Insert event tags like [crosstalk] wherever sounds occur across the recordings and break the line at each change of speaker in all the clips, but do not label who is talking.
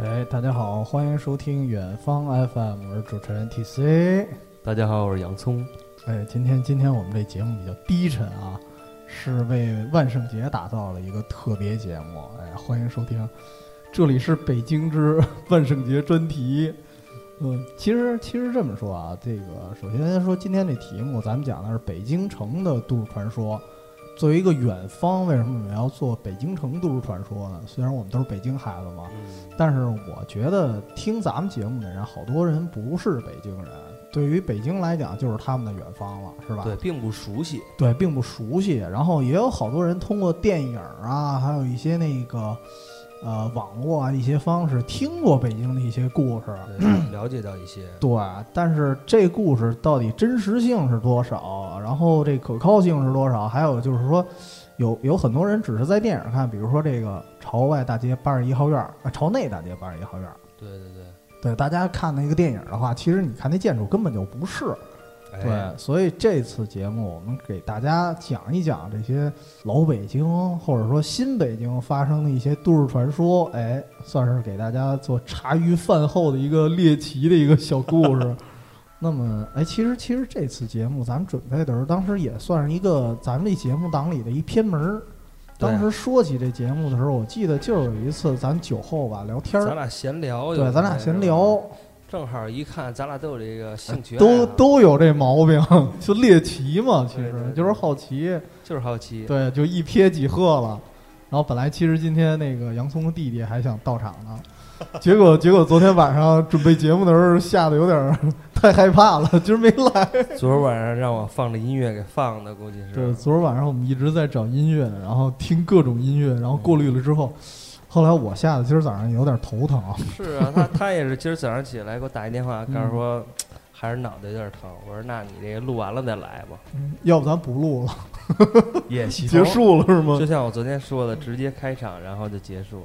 哎大家好，欢迎收听远方 FM，我是主持人 TC。
大家好，我是洋葱。
哎，今天今天我们这节目比较低沉啊，是为万圣节打造了一个特别节目。哎，欢迎收听，这里是北京之万圣节专题。嗯，其实其实这么说啊，这个首先先说今天这题目，咱们讲的是北京城的都市传说。作为一个远方，为什么我们要做北京城都市传说呢？虽然我们都是北京孩子嘛，
嗯，
但是我觉得听咱们节目的人，好多人不是北京人，对于北京来讲就是他们的远方了，是吧？
对，并不熟悉。
对并不熟悉。然后也有好多人通过电影啊，还有一些那个呃网络啊一些方式听过北京的一些故事，
对了解到一些，
对。但是这故事到底真实性是多少？然后这可靠性是多少？还有就是说。有有很多人只是在电影看，比如说这个朝外大街八十一号院儿，啊，朝内大街八十一号院儿，
对对对，
对大家看那个电影的话，其实你看那建筑根本就不是。对，
哎，
所以这次节目我们给大家讲一讲这些老北京或者说新北京发生的一些都市传说，哎，算是给大家做茶余饭后的一个猎奇的一个小故
[laughs]
事。那么，哎，其实其实这次节目咱们准备的时候，当时也算是一个咱们这节目档里的一偏门儿。
对
当时说起这节目的时候，我记得就有一次咱酒后吧聊天
咱
儿，
俩闲聊，啊
对，咱俩闲聊，，哎
正好一看，咱俩都有这个兴趣爱好，
都都有这毛病，就猎奇嘛，其
对对
实
对
就是好奇，
就是好奇。
对，就一瞥即合了。然后本来其实今天那个洋葱的弟弟还想到场呢，结果结果昨天晚上准备节目的时候吓得有点儿太害怕了，今儿没来。
昨儿晚上让我放的音乐给放的，估计是。
对，昨儿晚上我们一直在找音乐，然后听各种音乐，然后过滤了之后，后来我吓得今儿早上有点头疼啊。
是啊，
[laughs]
他他也是今儿早上起来给我打一电话，告诉
嗯
说还是脑袋有点疼。我说那你这个录完了再来吧，
要不咱不录了， [laughs]
也行。
结。束了是吗
就？像我昨天说的，直接开场，然后就结束。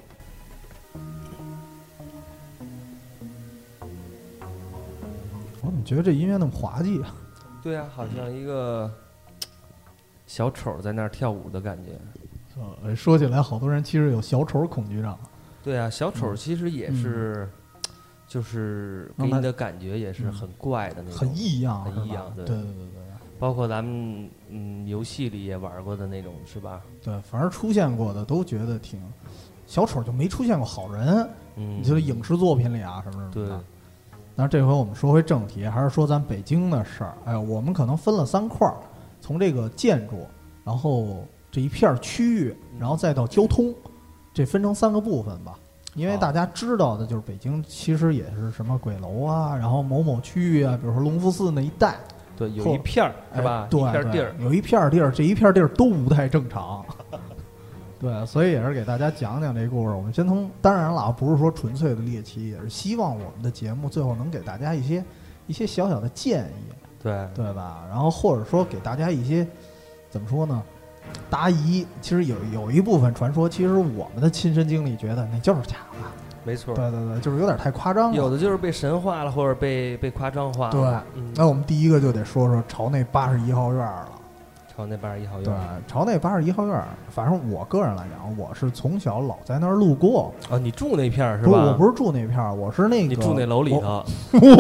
我怎么觉得这音乐那么滑稽啊？
对啊，好
嗯
像一个小丑在那儿跳舞的感觉。
呃，说起来，好多人其实有小丑恐惧症。
对啊，小丑
嗯
其实也
嗯
是，就是给
让他
你的感觉也是很怪的那种，
很异样，
很
是吧
异样
对
对
对对对
包括咱们嗯游戏里也玩过的那种，是吧？
对，反正出现过的都觉得挺小丑就没出现过好人，
嗯，
你觉得影视作品里啊什么什么
对
的。那这回我们说回正题，还是说咱北京的事儿。哎，我们可能分了三块儿，从这个建筑，然后这一片儿区域，
嗯
然后再到交通，这分成三个部分吧。因为
好
大家知道的就是北京其实也是什么鬼楼啊，然后某某区域啊，比如说隆福寺那一带，
对，有
或
一片儿是吧
哎？
一
对，
片儿地儿
对，有一片儿地儿，这一片儿地儿都不太正常。 [laughs] 对，所以也是给大家讲讲这故事。我们先从，当然了，啊不是说纯粹的猎奇，也是希望我们的节目最后能给大家一些一些小小的建议，
对
对吧？然后或者说给大家一些怎么说呢？答疑，其实有有一部分传说，其实我们的亲身经历觉得那就是假的，
没错儿。
对对对，就是有点太夸张了。
有的就是被神化了，或者被被夸张化。
对，哦
嗯，
那我们第一个就得说说朝内八十一号院儿了。
朝那八十一号
对
院。，
朝内八十一号院儿，反正我个人来讲，我是从小老在那儿路过。
哦，你住那片儿是
不是，我
吧？
不是住那片儿，我是那个
你住那楼里
我。
头。
[laughs] 我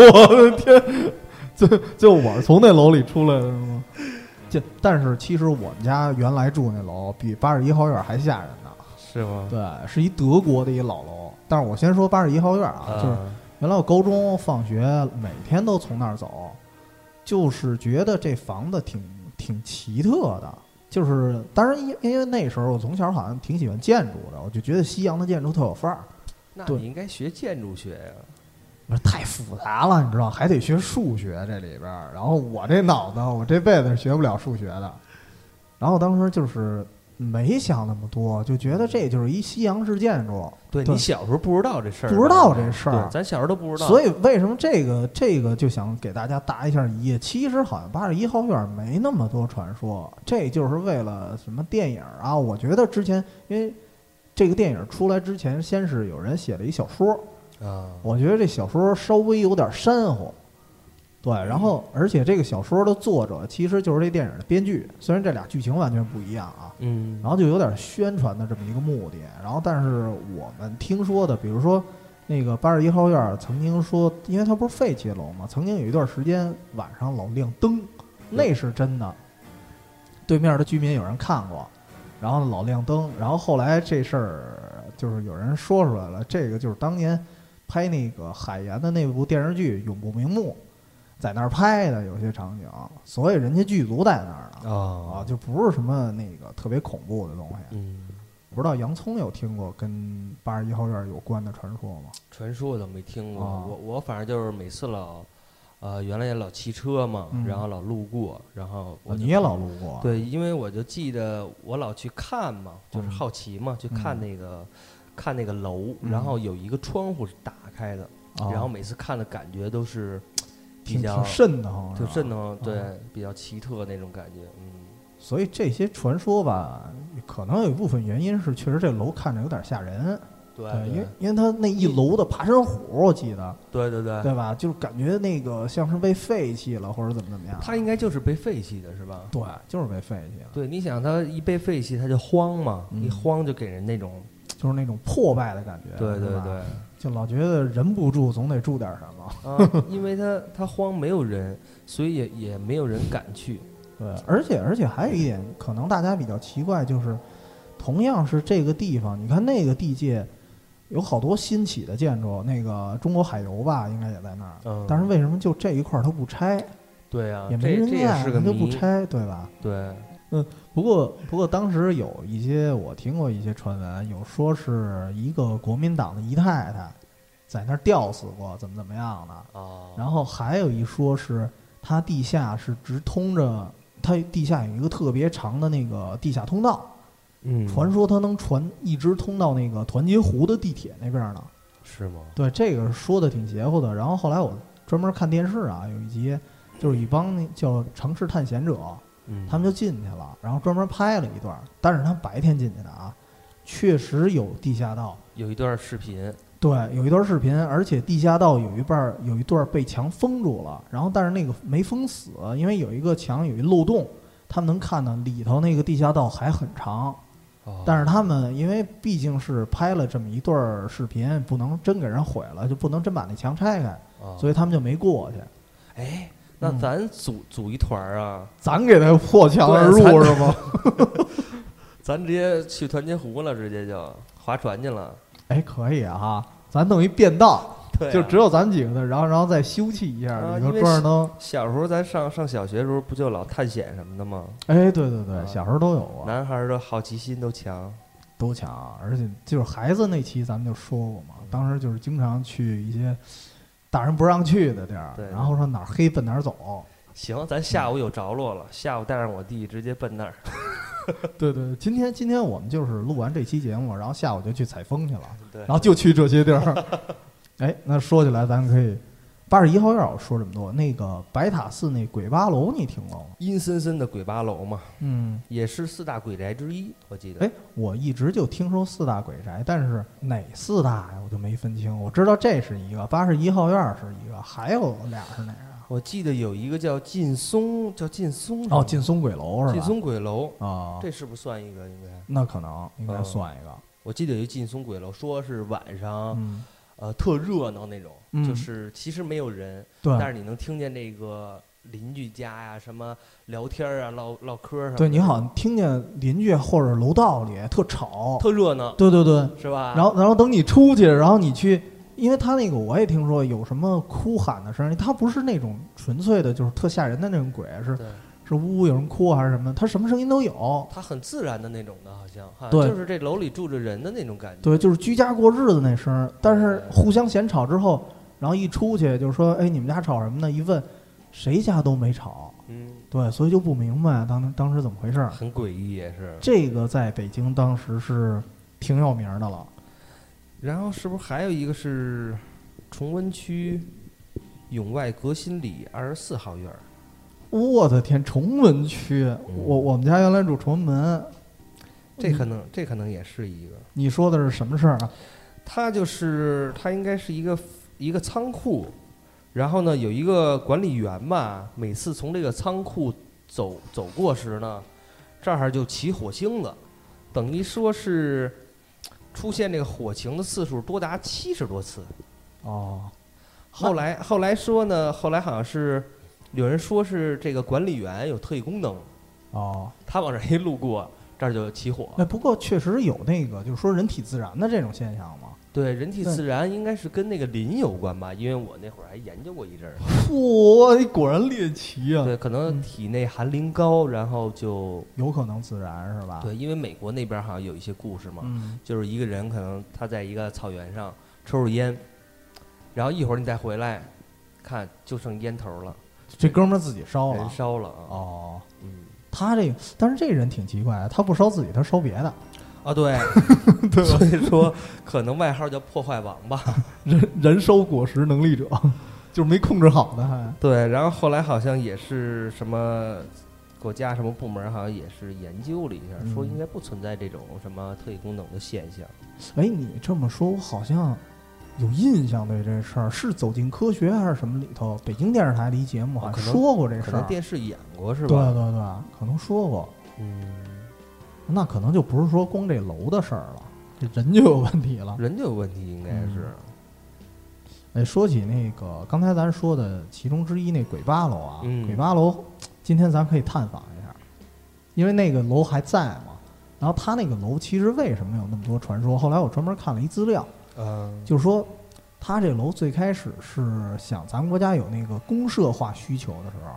的天，就就我是从那楼里出来的吗？这但是其实我们家原来住那楼比八十一号院儿还吓人呢。
是吗？
对，是一德国的一老楼。但是我先说八十一号院儿啊，就是
啊
原来我高中放学每天都从那儿走，就是觉得这房子挺挺奇特的。就是当然，因因为那时候我从小好像挺喜欢建筑的，我就觉得西洋的建筑特有范儿。
那
对
你应该学建筑学呀。
不是太复杂了，你知道，还得学数学这里边儿。然后我这脑子，我这辈子是学不了数学的。然后当时就是没想那么多，就觉得这就是一西洋式建筑，
对
对
你小时候不知道这事儿，
不知道这事儿
对咱小时候都不知道。
所以为什么这个这个就想给大家答一下疑？其实好像八十一号院没那么多传说，这就是为了什么电影啊？我觉得之前因为这个电影出来之前，先是有人写了一小说，
啊，
我觉得这小说稍微有点煽乎。对，
嗯
然后而且这个小说的作者其实就是这电影的编剧，虽然这俩剧情完全不一样啊，
嗯，
然后就有点宣传的这么一个目的。然后，但是我们听说的，比如说那个八十一号院儿曾经说，因为它不是废弃楼嘛，曾经有一段时间晚上老亮灯，那是真的。对面的居民有人看过，然后老亮灯，然后后来这事儿就是有人说出来了，这个就是当年拍那个海岩的那部电视剧《永不瞑目》，在那儿拍的有些场景，所以人家剧组在那儿呢。啊，
哦，
就不是什么那个特别恐怖的东西。
嗯，
不知道洋葱有听过跟八十一号院有关的传说吗？
传说我都没听过，
哦
我我反正就是每次老，呃，原来也老骑车嘛，
嗯
然后老路过，然后我
啊
就
你也老路过，，
对，因为我就记得我老去看嘛，就是
嗯
好奇嘛，去看那个、看那个楼，
嗯
然后有一个窗户是打开的，
啊、
然后每次看的感觉都是比
挺
较
挺瘆得慌，
就是
吧
瘆得慌，对，
啊
比较奇特那种感觉，嗯，
所以这些传说吧，可能有一部分原因是确实这楼看着有点吓人，
对
对，因为因为它那一楼的爬山虎，我记得，
对对对，
对吧？就是感觉那个像是被废弃了，或者怎么怎么样。
它应该就是被废弃的是吧？
对，就是被废弃了，
对，你想它一被废弃，它就慌嘛，
嗯
一慌就给人那种，
就是那种破败的感觉，
对对
是吧
对，，
就老觉得人不住总得住点什么。
啊，因为它它慌没有人，所以也也没有人敢去，
对，而且而且还有一点，可能大家比较奇怪，就是同样是这个地方，你看那个地界有好多新起的建筑，那个中国海油吧，应该也在那儿。
嗯，
但是为什么就这一块儿它不拆，
对啊，
也
这
没人
这也
在，
是个
它就不
谜，
拆，对吧？
对，
不过不过当时有一些我听过一些传闻，有说是一个国民党的姨太太在那儿吊死过，怎么怎么样的。
哦，
然后还有一说是它地下是直通着，它地下有一个特别长的那个地下通道，
嗯，
传说它能传一直通到那个团结湖的地铁那边儿呢。
是吗？
对，这个说的挺邪乎的。然后后来我专门看电视啊，有一集就是一帮那叫《城市探险者》，
嗯，
他们就进去了，然后专门拍了一段儿，但是他们白天进去的啊，确实有地下道。
有一段视频，
对，有一段视频，而且地下道有一半儿有一段儿被墙封住了，然后但是那个没封死，因为有一个墙有一漏洞，他们能看到里头那个地下道还很长。
哦
但是他们因为毕竟是拍了这么一段儿视频，不能真给人毁了，就不能真把那墙拆开，
哦
所以他们就没过去。
哎，那
嗯
咱组组一团儿啊，
咱给他破墙而入
对咱
是吗？ [laughs]
咱直接去团结湖了，直接就划船去了，
哎，可以啊，咱弄一变道，
对啊
就只有咱几个的，然后然后再修葺一下
啊
里头
因为
装上灯。
小时候咱上上小学的时候不就老探险什么的吗？
哎，对对对
啊，
小时候都有过。
男孩儿的好奇心都强，
都强，而且就是孩子那期咱们就说过嘛，当时就是经常去一些大人不让去的地儿
对，
然后说哪儿黑奔哪儿走。
行，咱下午有着落了，下午带上我弟直接
[laughs]
奔那儿，
对对，对今天今天我们就是录完这期节目，然后下午就去采风去了，
对
然，后就去这些地儿。 [laughs] 哎，那说起来，咱可以八十一号院我说这么多，那个白塔寺那鬼八楼你听过吗？
阴森森的鬼八楼嘛，
嗯，
也是四大鬼宅之一，我记得。
哎，我一直就听说四大鬼宅，但是哪四大呀，我就没分清。我知道这是一个，八十一号院儿是一个，还有俩是哪个啊？
我记得有一个叫劲松，叫劲松
哦，
劲
劲松鬼楼是吧？
嗯劲松鬼楼，
啊，
这是不是算一个？应该，
那可能应该
嗯
算一个。
我记得有一劲松鬼楼，说是晚上
嗯，
呃特热闹那种，
嗯
就是其实没有人，但
对，
是你能听见那个邻居家呀、什么聊天啊、唠唠嗑儿什么的，
对你好像听见邻居或者楼道里特吵，
特热闹
对对对。
是吧？
然后然后等你出去，然后你去，因为他那个我也听说有什么哭喊的声音，他不是那种纯粹的，就是特吓人的那种鬼，是
对，
是呜呜有人哭还是什么，他什么声音都有。
它很自然的那种的，好像哈，
对
就是这楼里住着人的那种感觉。
对，就是居家过日子那声儿，但是互相嫌吵之后，然后一出去就说：“哎，你们家吵什么呢？”一问，谁家都没吵。
嗯，
对，所以就不明白当当时怎么回事儿。
很诡异也是。
这个在北京当时是挺有名儿的了。
然后是不是还有一个是崇文区永外革新里二十四号院儿？
我的天，崇文区，我我们家原来住崇文门。
这
嗯
可能，这可能也是一个。
你说的是什么事儿啊？
它就是它应该是一个一个仓库，然后呢有一个管理员吧，每次从这个仓库走走过时呢，这儿就起火星子，等于说是出现这个火情的次数多达七十多次。
哦，
后来后来说呢，后来好像是有人说是这个管理员有特异功能，
哦，
他往这儿一路过，这儿就起火。
哎，不过确实有那个，就是说人体自燃的这种现象嘛。
对，人体
对
自燃应该是跟那个磷有关吧？因为我那会儿还研究过一阵儿，
嚯，你果然猎奇
嗯
啊！
对，可能体内含磷高，然后就
有可能自燃是吧？，
对，因为美国那边好像有一些故事嘛，
啊嗯，
就是一个人可能他在一个草原上抽着烟，然后一会儿你再回来，看就剩烟头了，
这哥们儿自己烧
燃
了。
烧了啊，
哦，
嗯，
他这个，但是这人挺奇怪的，啊他不烧自己，他烧别的。[laughs]
啊对，所以说可能外号叫破坏王吧。
啊
人燃烧果实能力者，就是没控制好呢，还
对，然后后来好像也是什么国家什么部门，好像也是研究了一下，说
嗯
应该不存在这种什么特异功能的现象。
哎，你这么说，我好像有印象对这事儿，是《走进科学》还是什么里头？北京电视台的一节目
哦
好
可
像
能
说过这
可
事
能
儿。
电视演过是
对对
吧？
对，可能说过。
嗯，
那可能就不是说光这楼的事儿了。
这人就有问题了。
人就有问题，应该是。
哎，说起那个刚才咱说的其中之一那鬼八楼啊，
嗯
鬼八楼，今天咱可以探访一下，因为那个楼还在嘛。然后它那个楼其实为什么有那么多传说？后来我专门看了一资料，
嗯，
就是说它这楼最开始是想咱们国家有那个公社化需求的时候，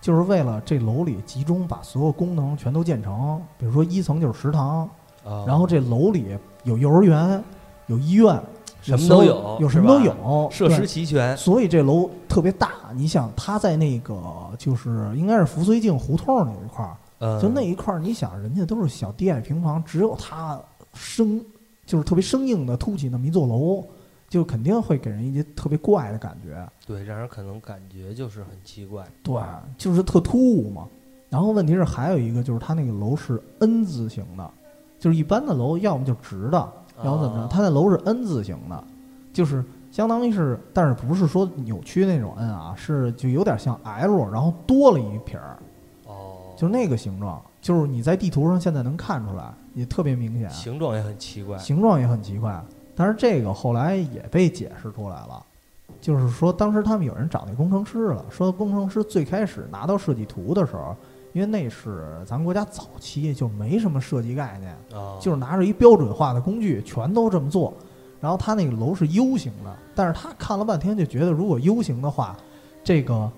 就是为了这楼里集中把所有功能全都建成，比如说一层就是食堂，
啊
呃然后这楼里有幼儿园，有医院，
什么
有所
都有
有
是
什么都
吧
有，
嗯设
对
施齐全。
所以这楼特别大。你想，它在那个就是应该是扶绥镜胡同那一块儿，
嗯，
就那一块儿，你想人家都是小低矮平房，只有它生就是特别生硬的凸起那么一座楼，就肯定会给人一些特别怪的感觉。
对，让人可能感觉就是很奇怪。
对，就是特突兀嘛。然后问题是还有一个就是它那个楼是 N 字形的，就是一般的楼要么就直的，要么怎么着，
啊
它那楼是 N 字形的，就是相当于是，但是不是说扭曲那种 N 啊，是就有点像 L，然后多了一撇儿，
哦，
就是那个形状，就是你在地图上现在能看出来，也特别明显，
哦形状也很奇怪。
形状也很奇怪。但是这个后来也被解释出来了，就是说当时他们有人找那工程师了，说工程师最开始拿到设计图的时候，因为那是咱们国家早期就没什么设计概念，
啊，
就是拿着一标准化的工具，全都这么做。然后他那个楼是 U 型的，但是他看了半天就觉得，如果 U 型的话，这个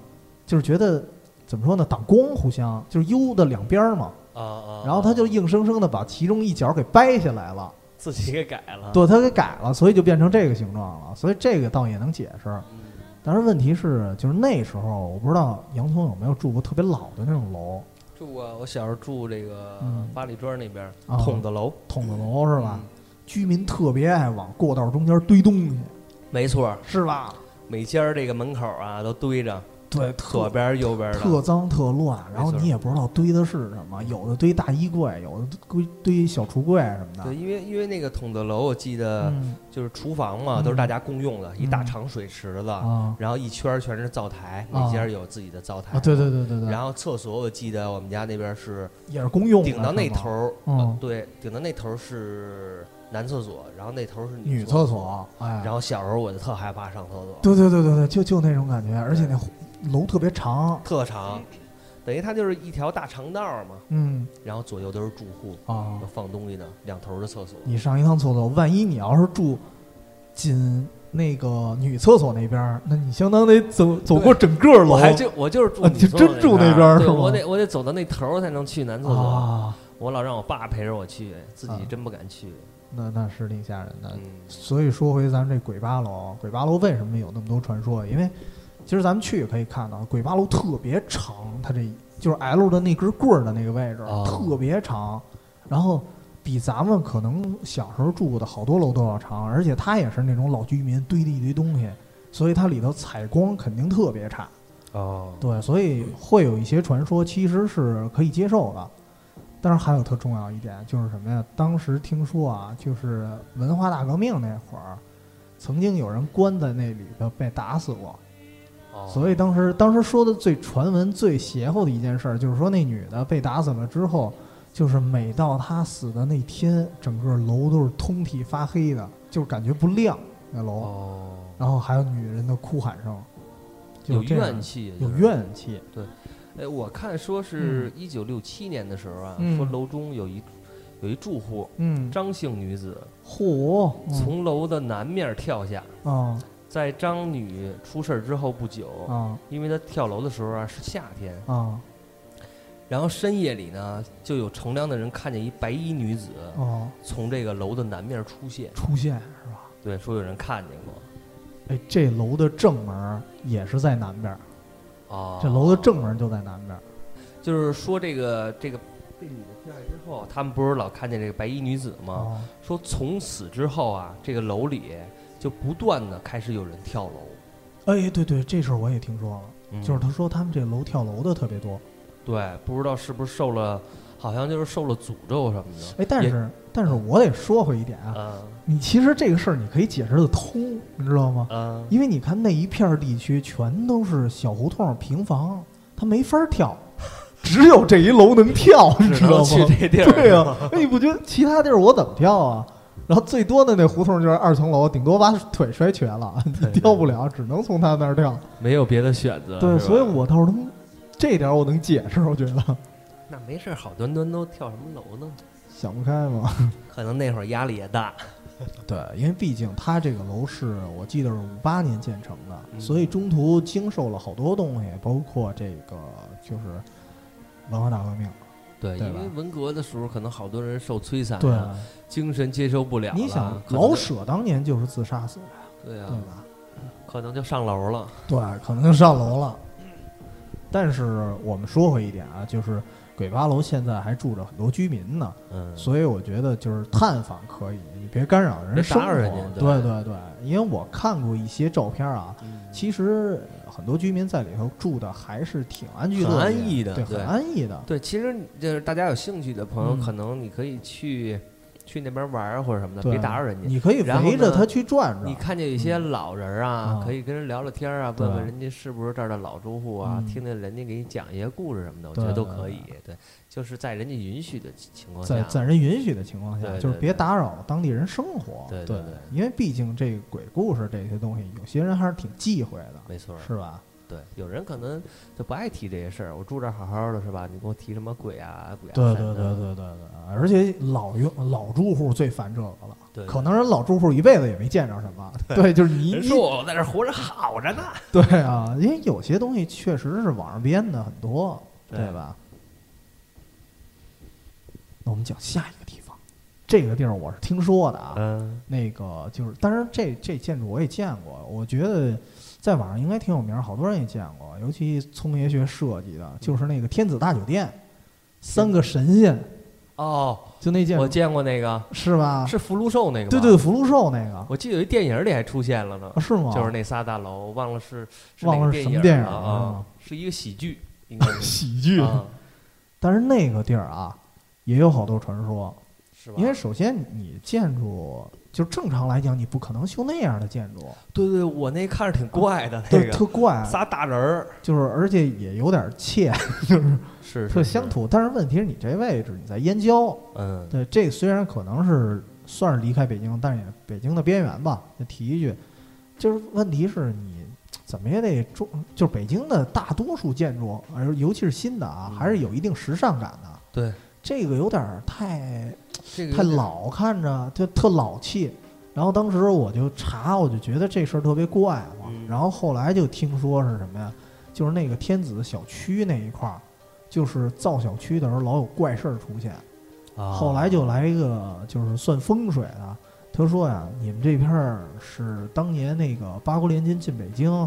就是觉得怎么说呢，挡光互相就是 U 的两边儿嘛。
啊啊，
然后他就硬生生的把其中一角给掰下来了，
自己给改了。
对，他给改了，所以就变成这个形状了。所以这个倒也能解释。
嗯，
但是问题是，就是那时候我不知道洋葱有没有住过特别老的那种楼，
住过，我小时候住这个
嗯
八里庄那边
啊
筒子楼
筒子楼是吧？？
嗯
居民特别爱往过道中间堆东西，
没错，
是吧？
每家儿这个门口啊都堆着，
对，
左边儿右边儿的，
特脏特乱，然后
没错
你也不知道堆的是什么，有的堆大衣柜，有的堆堆小橱柜什么
对，
的。
因为因为那个筒子楼，我记得
嗯
就是厨房嘛，
嗯
都是大家共用的，一大
嗯
长水池子，
啊
然后一圈儿全是灶台，
啊
每家儿有自己的灶台。
啊，对对对对对，
然后厕所，我记得我们家那边是
也是公用的，
顶到那
是吗
头儿，
嗯
呃对，顶到那头儿是男厕所，然后那头儿是
女
厕
厕。所，哎，
然后小时候我就特害怕上厕所，
对对对对对，就就那种感觉，而且那楼特别长，
特长，等于它就是一条大长道儿嘛，
嗯
然后左右都是住户，
啊
有，放东西的，两头儿的厕所。
你上一趟厕所，万一你要是住紧那个女厕所那边儿，那你相当得走走过整个
我
楼
还就我就是住
啊
女厕所
就真住那边儿
对
是吗
我得我得走到那头儿才能去男厕所。
啊，
我老让我爸陪着我去，自己
啊
真不敢去。
那那是挺吓人的。
嗯，
所以说回咱们这鬼八楼，鬼八楼为什么有那么多传说？因为其实咱们去也可以看到，鬼八楼特别长，它这就是 L 的那根棍儿的那个位置、
哦
特别长，然后比咱们可能小时候住的好多楼都要长，而且它也是那种老居民堆了一堆东西，所以它里头采光肯定特别差。
哦，
对，所以会有一些传说其实是可以接受的。但是还有特重要一点就是什么呀？当时听说啊，就是文化大革命那会儿，曾经有人关在那里头被打死过。
哦
所以当时当时说的最传闻最邪乎的一件事儿，就是说那女的被打死了之后，就是每到他死的那天，整个楼都是通体发黑的，就感觉不亮那楼。
哦，
然后还有女人的哭喊声，就
有
这样
怨，气，啊
有。怨气。
哎，我看说是一九六七年的时候啊，
嗯
说楼中有一有一住户
嗯，
张姓女子
嚯，
从楼的南面跳下，
啊
在张女出事儿之后不久，
啊
因为她跳楼的时候啊是夏天，
啊
然后深夜里呢就有乘凉的人看见一白衣女子
啊！
从这个楼的南面出现，
出现是吧？
对，说有人看见过。
哎，这楼的正门也是在南边儿，
哦，
这楼的正门就在南边儿。
就是说这个这个这女的跳下之后，他们不是老看见这个白衣女子吗？
哦
说从此之后啊，这个楼里就不断的开始有人跳楼，
哎，对对，这事儿我也听说了，
嗯
就是他说他们这楼跳楼的特别多。
对，不知道是不是受了，好像就是受了诅咒什么的。
哎，但是但是我得说回一点啊，
嗯
你其实这个事儿你可以解释得通，你知道吗？
嗯，
因为你看那一片儿地区全都是小胡同、平房，它没法儿跳，只有这一楼能跳，你
只
知道
能去
吗？
这地儿。
对呀、啊，哎你不觉得其他地儿我怎么跳啊？然后最多的那胡同就是二层楼，顶多把腿摔瘸了， [laughs]
对
你跳不了，只能从他那儿跳。
没有别的选择。
对，
是吧
所以我倒是能，这点儿我能解释，我觉得
那没事儿，好端端都跳什么楼呢？
想不开嘛。
可能那会儿压力也大。
[laughs] 对，因为毕竟它这个楼是我记得是五八年建成的，
嗯
所以中途经受了好多东西，包括这个就是文化大革命。
对，
对
因
吧
为文革的时候，可能好多人受摧残，啊
对，，啊
精神接受哎不了了。
你想
可能
老舍当年就是自杀死的，
对
对
啊，
吧？
可能就上楼了。
对，可能就上楼了。但是我们说回一点啊，就是鬼八楼现在还住着很多居民呢，
嗯，
所以我觉得就是探访可以，你别干扰人
别
生活。
打扰人家对
对对对，因为我看过一些照片啊，
嗯
其实呃很多居民在里头住的还是挺安居乐
很
业，
安逸的
对，
对
很安逸的。
对，其实你就是大家有兴趣的朋友，
嗯
可能你可以去去那边玩儿或者什么的，
对
别打扰人家。
你可以
然后
围着
呢
他去转转。
啊你看见有一些老人儿啊
嗯，
可以跟人聊聊天儿啊，
对
问问人家是不是这儿的老住户啊
嗯，
听听人家给你讲一些故事什么的，我觉
对
得都
对
可
对
以。对，啊就是在人家允许的情况
在
下，
在人允许的情况下，
对
就是
对
别
对
打扰当地人生活。
对
对
对对
因为毕竟这个鬼故事这些东西，有些人还是挺忌讳的，
没错儿，
是吧？
对，有人可能就不爱提这些事儿。我住这儿好好的是吧？你给我提什么鬼啊、鬼啊
对
神
对对
啊
对对对，而且老用老住户最烦这个了。
对
可能人老住户一辈子也没见着什么，对，就是你
人
你
说我在这儿活着好着呢，
对啊，因为有些东西确实是网上编的很多，
对
对吧？那我们讲下一个地方，这个地儿我是听说的啊。
嗯，
那个就是，当然这这建筑我也见过，我觉得在网上应该挺有名儿，好多人也见过，尤其聪爷学设计的，就是那个天子大酒店，三个神仙，
哦，
就那建
我
筑
见过那个，
是吧？
是福禄寿那个吗？
对对，福禄寿那个
我记得有一电影里还出现了呢
啊，，是吗？
就是那仨大楼，我忘了是是
忘
哪
了
个
是什么
影了
电影了
啊
啊，
是一个喜剧，应该
[laughs]
是
喜剧
啊，
但是那个地儿啊，也有好多传说，
是吧？
因为首先你建筑就正常来讲，你不可能修那样的建筑，
对对，我那看着挺怪的那
对，
个
特怪，
仨大人儿，
就是而且也有点怯，就是
是
特乡，土。但是问题是你这位置你在燕郊，
是嗯，
对，这虽然可能是算是离开北京，但是也北京的边缘吧。就提一句，就是问题是你怎么也得中，就是北京的大多数建筑，而尤其是新的啊，
嗯
还是有一定时尚感的。
对，
这个有点儿太
这个有
太
点，
老，看着就特老气。然后当时我就查，我就觉得这事儿特别怪嘛。
嗯
然后后来就听说是什么呀？就是那个天子小区那一块儿，就是造小区的时候老有怪事儿出现。
啊
后来就来一个就是算风水的，他说呀，你们这片儿是当年那个八国联军进北京，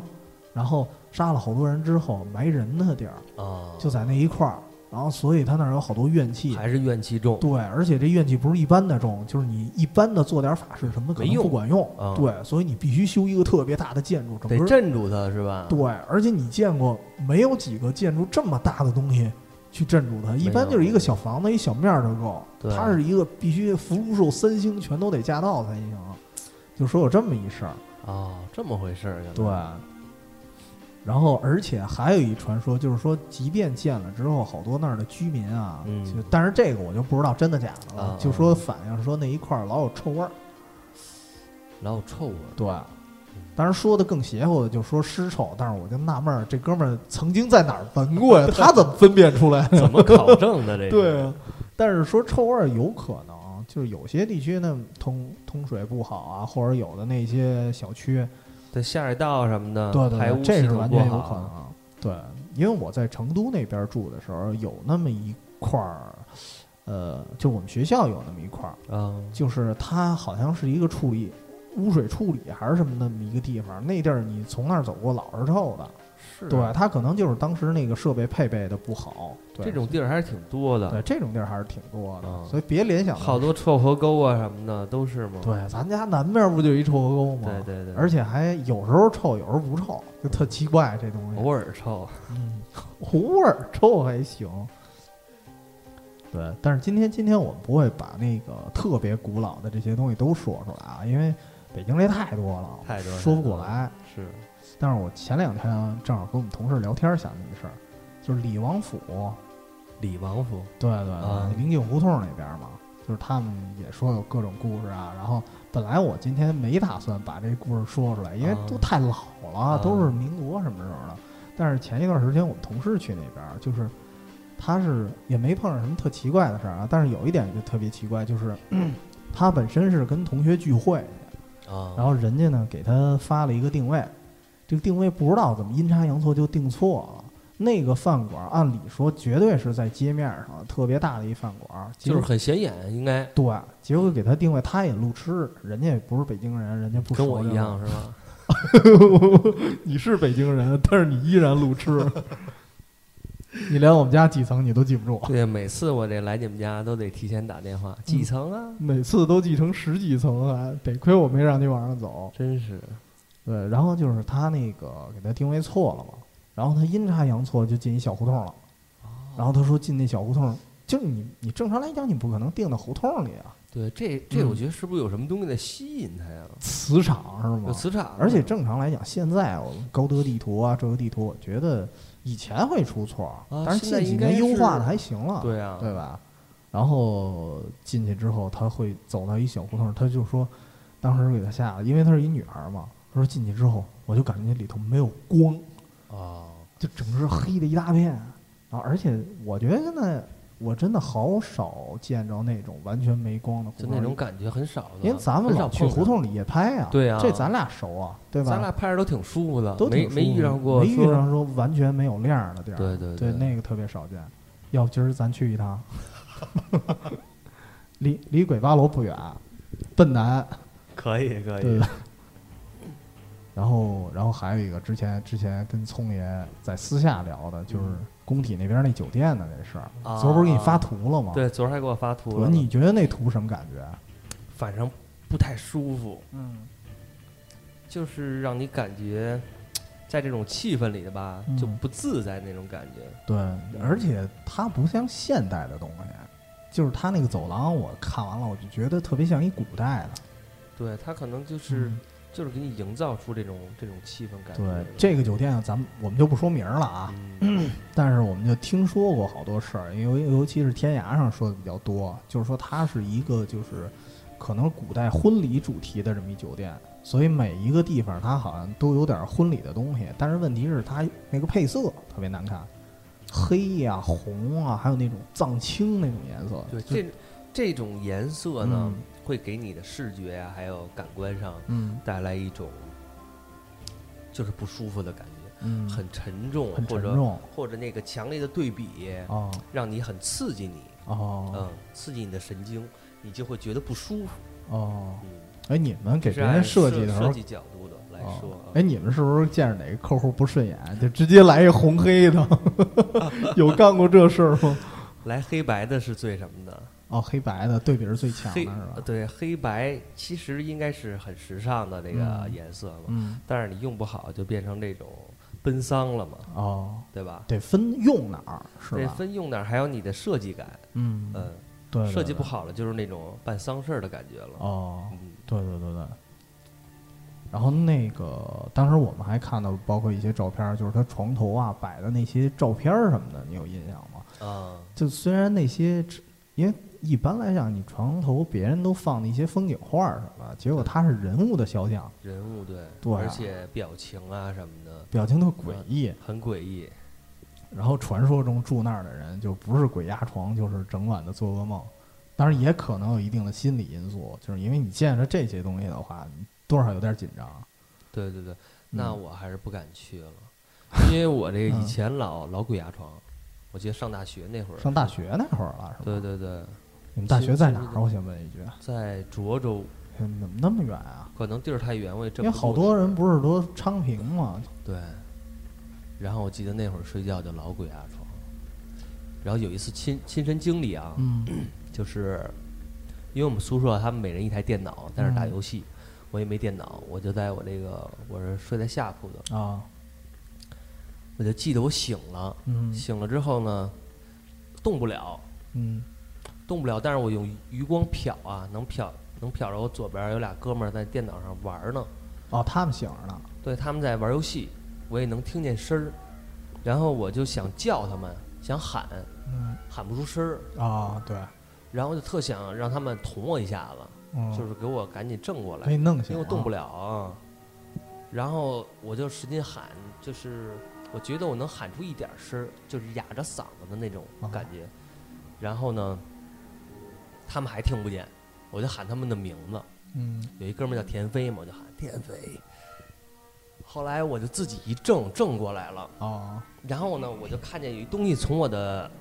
然后杀了好多人之后埋人的地儿，
啊，
就在那一块儿，然后所以他那儿有好多怨气。
还是怨气重，
对，而且这怨气不是一般的重，就是你一般的做点法事什么的可
没
能
用
不管用。
啊
对，所以你必须修一个特别大的建筑，整
得
个
镇住他是吧？
对，而且你见过没有几个建筑这么大的东西去镇住它？一般就是一个小房子、一小面儿就够。
对
它是一个必须福禄寿三星全都得驾到才行。就说有这么一事儿，
啊嗯哦，这么回事儿，原来
对。然后，而且还有一传说，就是说，即便建了之后，好多那儿的居民啊，
嗯
就但是这个我就不知道真的假的了。
啊
就说反映说那一块儿老有臭味儿，
老有臭味啊儿。
对。当然说的更邪乎的，就说尸臭，但是我就纳闷儿，这哥们儿曾经在哪儿闻过
[laughs]
呀？他怎么分辨出来？
[laughs] 怎么考证的这个？
[laughs] 对啊，但是说臭味儿有可能，就是有些地区呢通通水不好啊，或者有的那些小区，
在下水道什么的，
对对
呃排
对，
污
这
系
是
统
完
不
全有可
好，啊
能。对，因为我在成都那边住的时候，有那么一块儿，呃，就我们学校有那么一块儿，
嗯，
就是它好像是一个处理污水处理还是什么那么一个地方，那地儿你从那儿走过老是臭的。
是啊
对，，它可能就是当时那个设备配备的不好。对
这种地儿还是挺多
对
的，
这种地儿还是挺多
嗯
的，所以别联想到
好多臭河沟啊什么的都是嘛。
对，咱家南面不就一臭河沟吗？
对对对，
而且还有时候臭，有时候不臭，就特奇怪这东西。
偶尔臭，
嗯，偶尔臭还行。对，但是今天今天我们不会把那个特别古老的这些东西都说出来啊，因为北京这太多了，
太多了
说不过来。
是
但是我前两天啊正好跟我们同事聊天想起一事儿，就是李王府，
李王府，
对对对，
啊
临近胡同那边嘛，就是他们也说有各种故事啊。然后本来我今天没打算把这故事说出来，因为
啊
都太老了，
啊
都是民国什么时候的。但是前一段时间我们同事去那边儿，就是他是也没碰上什么特奇怪的事儿啊。但是有一点就特别奇怪，就是、 [clears throat] 他本身是跟同学聚会去，
啊，
然后人家呢给他发了一个定位，这个定位不知道怎么阴差阳错就定错了。那个饭馆按理说绝对是在街面上特别大的一饭馆，结
就是
果
很显眼，应该
对，结果给他定位，他也路痴，人家也不是北京人，人家不
跟
熟
我
这
一
个
样是吧？
[laughs]
你是北京人，但是你依然路 [laughs] 痴。
你连我们家几层你都记不住，
对，每次我这来你们家都得提前打电
嗯
话，几层啊？
每次都继承十几层啊，得亏我没让你往上走。
真是
对，然后就是他那个给他定位错了嘛，然后他阴差阳错就进一小胡同
哦
了，然后他说进那小胡同，就是你你正常来讲你不可能定到胡同里啊，
对，这这
嗯
我觉得是不是有什么东西在吸引他呀？
磁场是吗？
有磁场，啊
而且正常来讲，现在我们高德地图啊，这个地图，我觉得以前会出错，
啊
但是
现在
近几
应该
年优化
是
的还行了，
对啊，
对吧？然后进去之后，他会走到一小胡同，他就说，当时给他吓的，因为她是一女孩嘛，他说进去之后，我就感觉里头没有光，
哦，
就整个是黑的一大片，然后而且我觉得现在我真的好少见着那种完全没光的胡
就
同，
那种感觉很少的，
因为咱们
很少
老去
碰上
胡，同里夜拍啊，
对啊
这咱俩熟啊，对吧？
咱俩拍着都挺舒服的，
都
没
挺舒
没
服
遇
的
上过
没遇
说
上说完全没有亮儿的地儿。
对对对
那个特别少见。要不今儿咱去一趟， [laughs] 离离鬼八楼不远，奔南。
可以可
对。 [laughs] 然后，然后还有一个之前之前跟聪爷在私下聊的，就是
嗯
工体那边那酒店的那事儿。
啊
昨儿不是给你发图了吗？
对，昨儿还给我发图
我
了
说
呢，
你觉得那图什么感觉？啊
反正不太舒服，
嗯，
就是让你感觉在这种气氛里的吧，
嗯
就不自在那种感觉。
对，而且它不像现代的东西，就是它那个走廊，我看完了我就觉得特别像一古代的。
对他可能就是、
嗯
就是给你营造出这种这种气氛感觉。
对，这个酒店咱们我们就不说名儿了啊，
嗯
[clears throat] 但是我们就听说过好多事儿，因为尤其是天涯上说的比较多，就是说它是一个就是可能古代婚礼主题的这么一酒店，所以每一个地方它好像都有点婚礼的东西，但是问题是它那个配色特别难看，黑呀、红啊，还有那种藏青那种颜色，
对，
就
这这种颜色呢，
嗯
会给你的视觉呀、还有感官上
嗯
带来一种就是不舒服的感觉，
嗯
很沉重，
很沉
或者
重
或者那个强烈的对比，
哦
让你很刺激你，
哦
嗯，刺激你的神经，你就会觉得不舒服。
哦，
嗯，
哎，你们给
这是
别人
按
设计的时候
设计角度的来说
哦，
啊
哎，你们是不是见着哪个客户不顺眼， [laughs] 就直接来一红黑的？ [laughs] 有干过这事儿吗？
啊来黑白的是最什么的？
哦，黑白的对比是最强的
黑
是吧？
对黑白其实应该是很时尚的那个
嗯
颜色嘛，
嗯，
但是你用不好就变成这种奔丧了嘛，
哦，
对吧？
得分用哪儿是
这
吧？
分用哪儿还有你的设计感，
嗯，
嗯，
对，对哦
设计不。
对
好了就是那种办丧事儿的感觉了。
哦，
嗯，
对对对对，然后那个当时我们还看到，包括一些照片儿，就是他床头啊摆的那些照片儿什么的，你有印象吗？
啊，
就虽然那些只，因为一般来讲，你床头别人都放的一些风景画儿什么的，结果他是人物的肖像，
人物对，
对啊
而且表情啊什么的
表情特诡异。
很诡异，
然后传说中住那儿的人就不是鬼压床，就是整晚的做噩梦。当然也可能有一定的心理因素，就是因为你见着这些东西的话，你多少有点紧张。
对对对，那
嗯
我还是不敢去了，因为我这个以前老老鬼压床，我记得上大学那会儿，
上大学那会儿了，是吧？
对对对，
你们大学在哪儿？我想问一句，
在涿州，
怎么那么远啊？
可能地儿太远，我也
因
挣
为
不住
好多人不是都昌平嘛，
对，然后我记得那会儿睡觉就老鬼压床，然后有一次亲亲身经历啊，
嗯，
就是因为我们宿舍他们每人一台电脑，在那儿打
嗯
游戏，我也没电脑，我就在我这个我是睡在下铺的，
啊，
我就记得我醒了，
嗯
醒了之后呢，动不了，
嗯
动不了，但是我用余光瞟啊，能瞟能瞟着我左边有俩哥们儿在电脑上玩儿呢，
哦，他们醒着呢，
对，他们在玩儿游戏，我也能听见声儿，然后我就想叫他们，想喊，
嗯
喊不出声儿，
啊，对，
然后就特想让他们捅我一下子，
嗯，
就是给我赶紧正过来
可以，弄醒，
因为我动不
了，
了啊。然后我就使劲喊，就是我觉得我能喊出一点声儿，就是哑着嗓子的那种
啊
感觉。然后呢，他们还听不见，我就喊他们的名字。
嗯
有一哥们儿叫田飞嘛，我就喊田飞。后来我就自己一正正过来了，
哦，
然后呢，我就看见有一东西从我的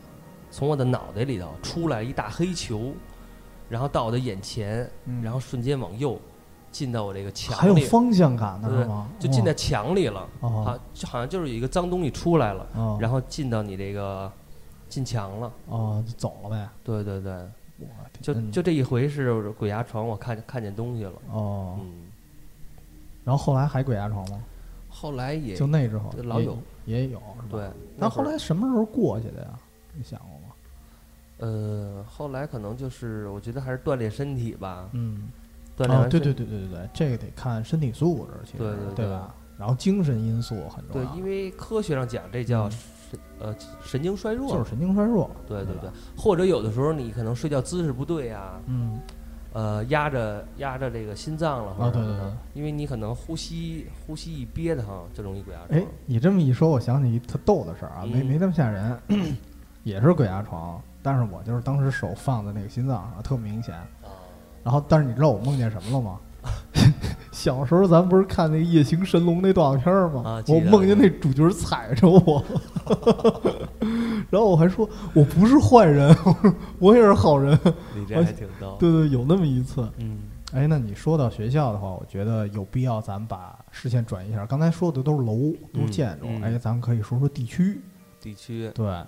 从我的脑袋里头出来一大黑球，然后到我的眼前，
嗯
然后瞬间往右进到我这个墙
还有
里，
方向感呢
对
是吗？
就进在墙里了，好
哦，
就好像就是有一个脏东西出来了，
哦，
然后进到你这个进墙了。
哦，就走了呗，
对对对，
我
就
天嗯
就这一回是鬼压床，我看看见东西了。
哦，
嗯，
然后后来还鬼压床吗？
后来也
就那之后
就老
也
有
也有是吧？，
对，
那
会
后
儿
来什么时候过去的呀？你想过
嗯
吗？
呃，后来可能就是我觉得还是锻炼身体吧，
嗯，
锻炼
啊，
完
对对
身
对对对对，这个得看身体素质，其实
对对对
吧？然后精神因素很重
对
要，，
因为科学上讲这叫
嗯
神呃神经衰弱，
就是神经衰弱，
对对
对
对
吧，
或者有的时候你可能睡觉姿势不对啊，
嗯，
呃压着压着这个心脏了或者
啊对
什么
对
的，因为你可能呼吸呼吸一憋的哈，就容易鬼压
哎
床。，
你这么一说，我想起一特逗的事儿啊，没
嗯
没那么吓人， [clears throat] 也是鬼压床，但是我就是当时手放在那个心脏上，特明显。
啊
然后，但是你知道我梦见什么了吗？ [laughs] 小时候咱不是看那个《夜行神龙》那动画片儿吗？
啊记
我
得
梦见
记
那主角踩着我， [laughs] 然后我还说我不是坏人， [laughs] 我说我也是好人。
你
我
这还挺逗。
对对，有那么一次。
嗯，
哎，那你说到学校的话，我觉得有必要咱们把视线转移一下。刚才说的都是楼，都是
嗯
建筑，
嗯
哎，咱们可以说说地区。
地区
对，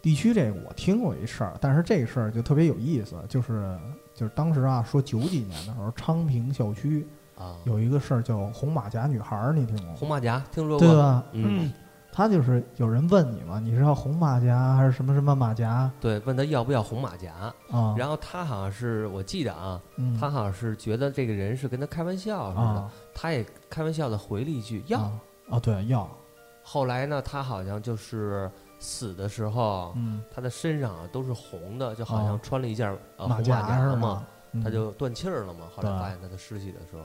地区这个我听过一事儿，但是这个事儿就特别有意思，就是就是当时啊，说九几年的时候，昌平校区
啊，
有一个事儿叫红马甲女孩儿，你听过吗？
红马甲听说
对
过？
吧？
嗯，
他就是有人问你嘛，你是要红马甲还是什么什么马甲啊？
对，问他要不要红马甲，然后他好像是我记得啊，
嗯
他好像是觉得这个人是跟他开玩笑似的
啊，
他也开玩笑的回了一句要。哦
啊啊，对要
后来呢，他好像就是死的时候，
嗯
他的身上啊都是红的，就好像
哦
穿了一件呃
马
红马甲
甲是
嘛
吗，？嗯
他就断气儿了嘛。后来
对
发现他的尸体的时候，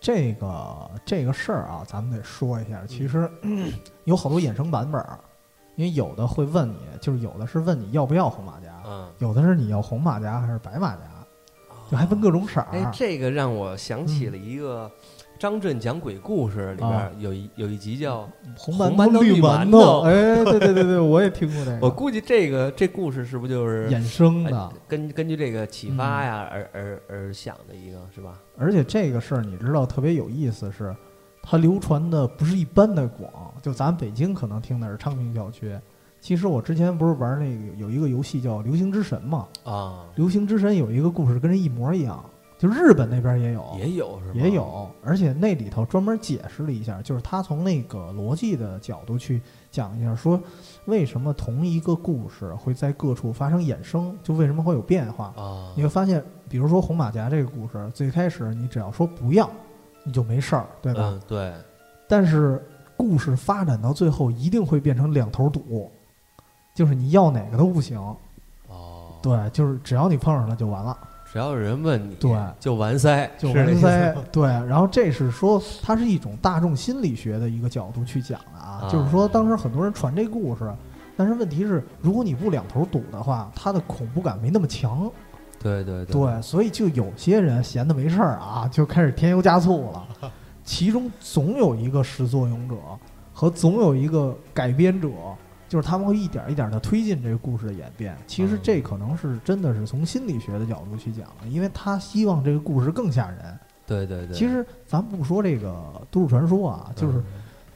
这个这个事儿啊，咱们得说一
嗯
下。其实、 [clears throat] 有好多衍生版本儿，因为有的会问你，就是有的是问你要不要红马甲，
嗯，
有的是你要红马甲还是白马甲，就还分各种色啊儿。
哎，这个让我想起了一个张震讲鬼故事里边
啊
儿有一有一集叫，
红
红
馒
馒头
绿
绿
馒
馒
头。
头
哎，对对对对，我也听过这个。
我估计这个这故事是不是就是
衍生
哎
的，
根根据这个启发呀而而而想的一个是吧？
而且这个事儿你知道特别有意思是，它流传的不是一般的广，就咱北京可能听的是昌平校区。其实我之前不是玩那个有一个游戏叫《流星之神》嘛，
啊，
《流星之神》有一个故事跟人一模一样，就日本那边也有，
也有是吧？
也有，而且那里头专门解释了一下，就是他从那个逻辑的角度去讲一下，说为什么同一个故事会在各处发生衍生，就为什么会有变化。
啊
你，会发现，比如说红马甲这个故事，最开始你只要说不要，你就没事儿，对吧？
嗯，对，
但是故事发展到最后，一定会变成两头堵，就是你要哪个都不行。
哦，，
对，就是只要你碰上了就完了，
只要有人问你，
对
就完塞，
就是
这
完
意思
塞。对，然后这是说，它是一种大众心理学的一个角度去讲的啊，
啊
就是说当时很多人传这故事，但是问题是，如果你不两头堵的话，它的恐怖感没那么强。
[laughs] 对对
对，所以就有些人闲的没事儿啊，就开始添油加醋了。
[laughs]
其中总有一个始作俑者和总有一个改编者，就是他们会一点一点的推进这个故事的演变。其
嗯
实这可能是真的是从心理学的角度去讲的，因为他希望这个故事更吓人。
对对嗯对，
其实咱不说这个都市传说啊，就是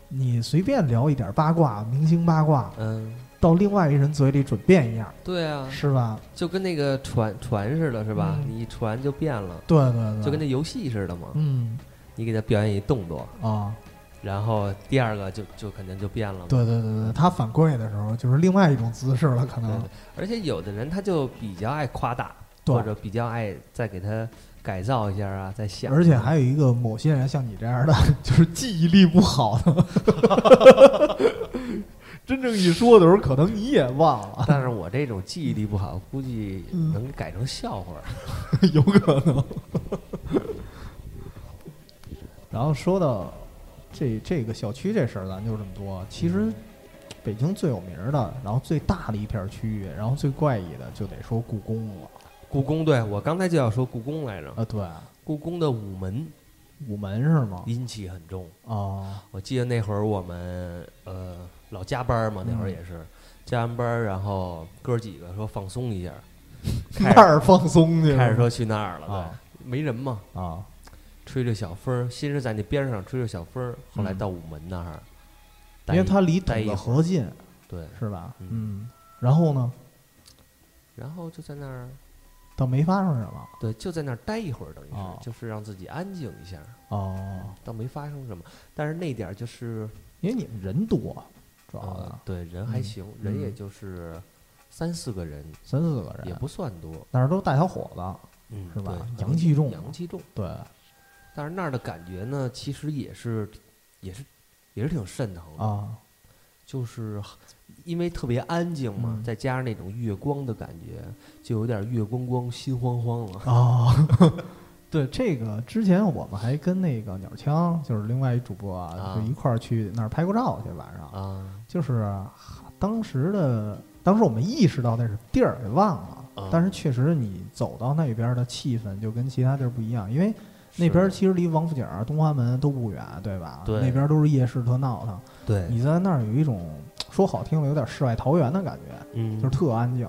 你随便聊一点八卦、明星八卦，
嗯，
到另外一人嘴里准变一样，
对啊，
是吧？
就跟那个船船似的，是吧？
嗯
你一船就变了，
对对对，
就跟那游戏似的嘛。
嗯
你给他表演一动作，
啊。
然后第二个就就肯定就变了嘛。
对对对对，他反跪的时候就是另外一种姿势了，可
对
能
对而且有的人他就比较爱夸大，
嗯对
或者比较爱再给他改造一下啊，再想。
而且还有一个某些人像你这样的， [laughs] 就是记忆力不好的， [laughs]
[laughs]
真正一说的时候，可能你也忘了，
但是我这种记忆力不好，估计
嗯
能改成笑话儿。
[laughs] 有可能。然后说到这这个小区这事儿，咱就这么多。其实北京最有名儿的，然后最大的一片区域，然后最怪异的，就得说故宫了。
故宫，对我刚才就要说故宫来着。
啊，对，
故宫的午门
午门是吗？
阴气很重，
哦，
我记得那会儿我们呃老加班儿嘛，那会
嗯
儿也是、加完班儿，然后哥几个说放松一下，开
那
始
儿放松去了，
开始说去那儿了，对，
啊
没人嘛，
啊，
吹着小风儿，先是在那边上吹着小风儿，后来
嗯
到午门那儿，
因为它离
待
董
一
子
会
河近，
对，
是吧？
嗯
嗯，然后呢，
然后就在那儿，
倒没发生什么。
对，就在那儿待一会儿，等于是、
哦
就是让自己安静一下，
哦，
倒没发生什么，但是那点儿就是
因为你们人多，主要的
呃，对，人还
嗯
行，人也
嗯
就是三四个人，
三四个
也
人，
不算多，
那儿都大小伙子，
嗯，
是吧
对
阳气重啊
阳气重。
对，
但是那儿的感觉呢，其实也是，也是，也是挺瘆疼的，
啊，
就是因为特别安静嘛，
嗯
再加上那种月光的感觉，就有点月光光心慌慌了。
哦， [laughs] 对，这个之前我们还跟那个鸟枪，就是另外一主播啊，
啊
就一块儿去那儿拍过照去，晚上，
啊，
就是哈当时的，当时我们意识到那是地儿给忘了，
啊
但是确实你走到那边的气氛就跟其他地儿不一样，因为那边
是
其实离王府井、东华门都不远，对吧？
对
那边都是夜市特闹腾，
对，
你在那儿有一种说好听了有点世外桃源的感觉，
嗯
就是特安静，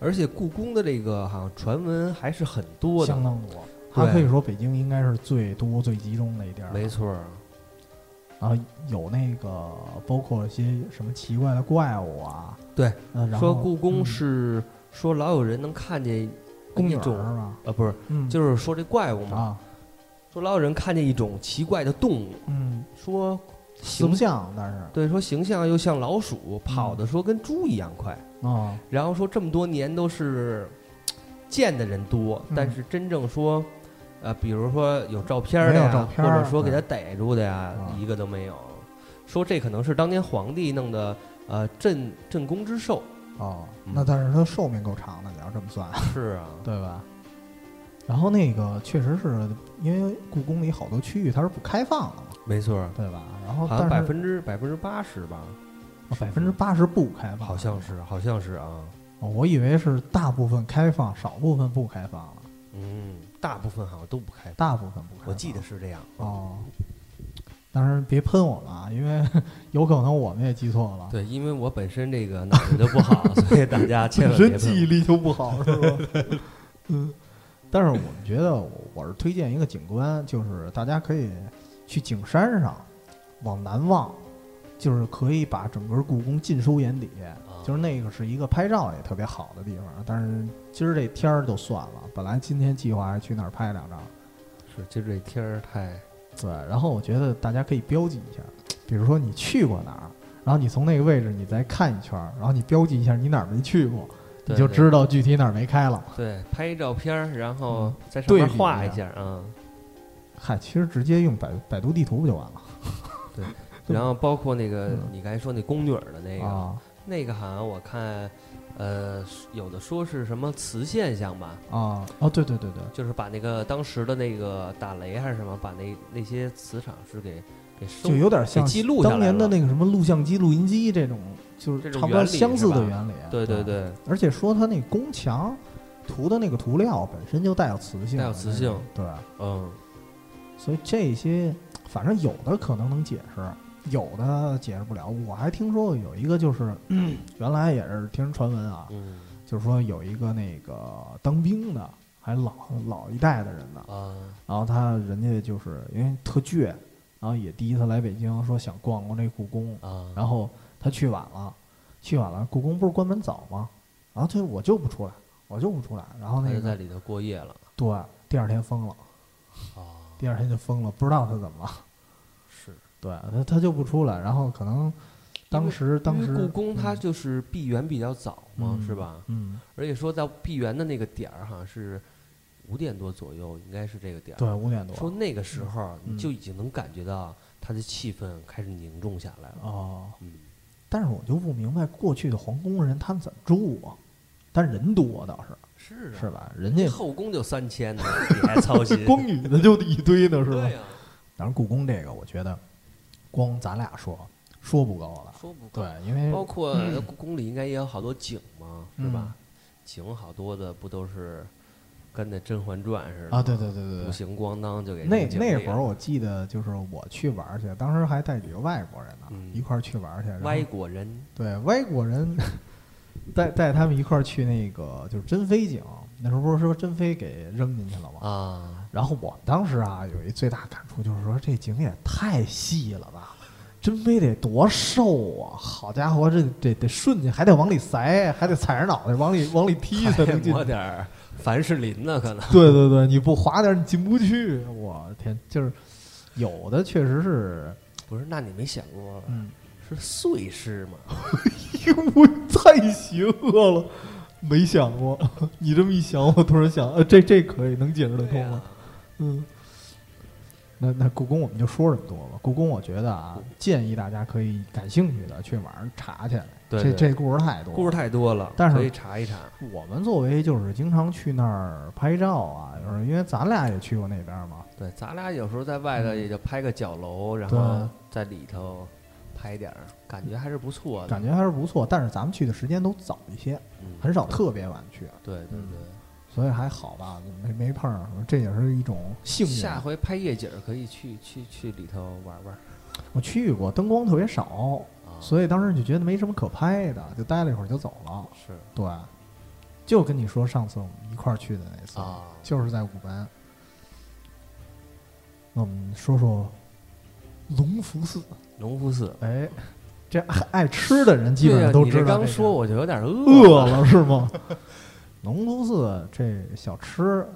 而且故宫的这个好像传闻还是很多
相
的，
当多。它
对
可以说北京应该是最多最集中的一地儿，
没。错儿。
然后有那个包括一些什么奇怪的怪物啊，
对
呃，然后
说故宫
嗯
是说老有人能看见
公
一
园
种
儿吧？
呃，不是，
嗯，
就是说这怪物嘛，
啊，
说老有人看见一种奇怪的动物，
嗯，
说
四不
形
像，但是
对，说形象又像老鼠，跑的说跟猪一样快。
啊，
然后说这么多年都是见的人多，
嗯
但是真正说，呃，比如说有照片儿的嗯啊
没有
呀，
照片儿
或者说给他逮住的呀，
嗯
一个都没有。说这可能是当年皇帝弄的，呃，镇镇宫之兽。
哦，
嗯
那但是它寿命够长的，你要这么算，
是啊，
对吧？然后那个确实是因为故宫里好多区域它是不开放的嘛，
[laughs] 没错儿，
对吧？然后
好
但
像百
是
分之百分之八十吧，
百分之八十不开放，
好像是，好像是啊。
哦我以为是大部分开放，少部分不开放了，
嗯，大部分好像都不开放，
大部分不开放。
我记得是这样。
哦，当然别喷我们啊，因为 [laughs] 有可能我们也记错了， [laughs]
对，因为我本身这个脑子就不好，所以大家千万别
人
问
记忆
我
力就不好，是
[laughs]
吧？嗯，但是我们觉得，我是推荐一个景观，就是大家可以去景山上，往南望，就是可以把整个故宫尽收眼底。
啊
就是那个是一个拍照也特别好的地方，但是今儿这天儿就算了，本来今天计划还去那儿拍两张，
是今儿这天儿太
对，然后我觉得大家可以标记一下，比如说你去过哪儿，然后你从那个位置你再看一圈儿，然后你标记一下你哪儿没去过，你
对
就
对
知道具体哪儿没开了。
对，拍一照片儿，然后在上
啊嗯对
面
比一
画一
下
下啊。
嗨，其实直接用百百度地图不就完了？
然后包括那个
嗯
你刚才说那宫女儿的那个，
啊
那个好像我看，呃，有的说是什么磁现象吧，
啊哦，对对对对，
就是把那个当时的那个打雷还是什么，把那那些磁场是给给收
就有点像
给记录下来
当年的
了
那个什么录像机、录音机这种，就是
这种
差不多
原理
相似
是
的
吧
原理。啊
对对对，
而且说它那宫墙涂的那个涂料本身就带有磁性，
带有磁性，
对，
嗯，
所以这些反正有的可能能解释，有的解释不了。我还听说过有一个就是，原来也是听人传闻啊，
嗯
就是说有一个那个当兵的，还老老一代的人呢，
啊，
然后他人家就是因为特倔，然后也第一次来北京，说想逛逛这故宫，
啊，
然后他去晚了，去晚了，故宫不是关门早吗？然后他我就不出来，我就不出来。然后
他
那
就在
个
里头过夜了
对，第二天疯了，
啊，
第二天就疯了，不知道他怎么了。
是
对他他就不出来，然后可能当时当
因
时
为故宫它
嗯
就是闭园比较早嘛，
嗯
是吧？
嗯，
而且说到闭园的那个点儿，好像是五点多左右，应该是这个点儿。
对，五点多
说那个时候啊
嗯
你就已经能感觉到它的气氛开始凝重下来了。
哦。
嗯，
但是我就不明白过去的皇宫人他们怎么住啊？但是人多倒是
是啊
是吧？人 [laughs] 家
后宫就三千呢，你还操心？
宫女的就一堆呢是吧
对？呀，
但是故宫这个，我觉得光咱俩说说不够了。
说不够。
对，因为
包括
嗯
故宫里应该也有好多景嘛，是吧？景好多的不都是跟那《甄嬛传》似的
啊，对对对对
五
对，
行咣当就给
那
扔井
那
里
会儿
了
我记得就是我去玩儿去，当时还带几个外国人呢，
嗯
一块儿去玩儿去。然后
歪果人
对外国人 [laughs] 带带他们一块儿去那个就是珍妃井，那时候不是说珍妃给扔进去了吗？
啊，
然后我们当时啊有一最大感触就是说这井也太细了吧。珍妃得多瘦啊！好家伙，这得得顺进，还得往里塞，还得踩着脑袋往里往里踢才能进去
抹。点儿凡士林呢，可能
对对对，你不滑点儿你进不去。我天，就是有的确实是，
不是。那你没想过
嗯，
是碎尸吗？
[laughs] 因为太邪恶了，没想过。 [laughs] 你这么一想，我突然想，呃，这这可以能解释得
对
通
呀
吗？嗯。那那故宫我们就说这么多吧。故宫我觉得啊，建议大家可以感兴趣的去网上查去，
对对
这这故事太多了，
故事太多了，
但是
可以查一查。
我们作为就是经常去那儿拍照啊，就是因为咱俩也去过那边嘛，
对，咱俩有时候在外头也就拍个角楼，然
对
后在里头拍点儿，感觉还是不错的
感。觉还是不错。但是咱们去的时间都早一些，
嗯
很少特别晚去，
对对
嗯
对，
所以还好吧，没没碰上什么。这也是一种幸运。啊
下回拍夜景儿可以去去去里头玩玩
我去过，灯光特别少，
啊。
所以当时就觉得没什么可拍的，就待了一会儿就走了。
啊是
对，就跟你说上次我们一块儿去的那次，
啊，
就是在五班。那我们说说隆福寺，
农夫寺。
哎，这爱爱吃的嗯人基本
对呀
上
啊
都
你这
知道。
刚说我就有点饿
饿了是吗？ [laughs] 隆福寺这小吃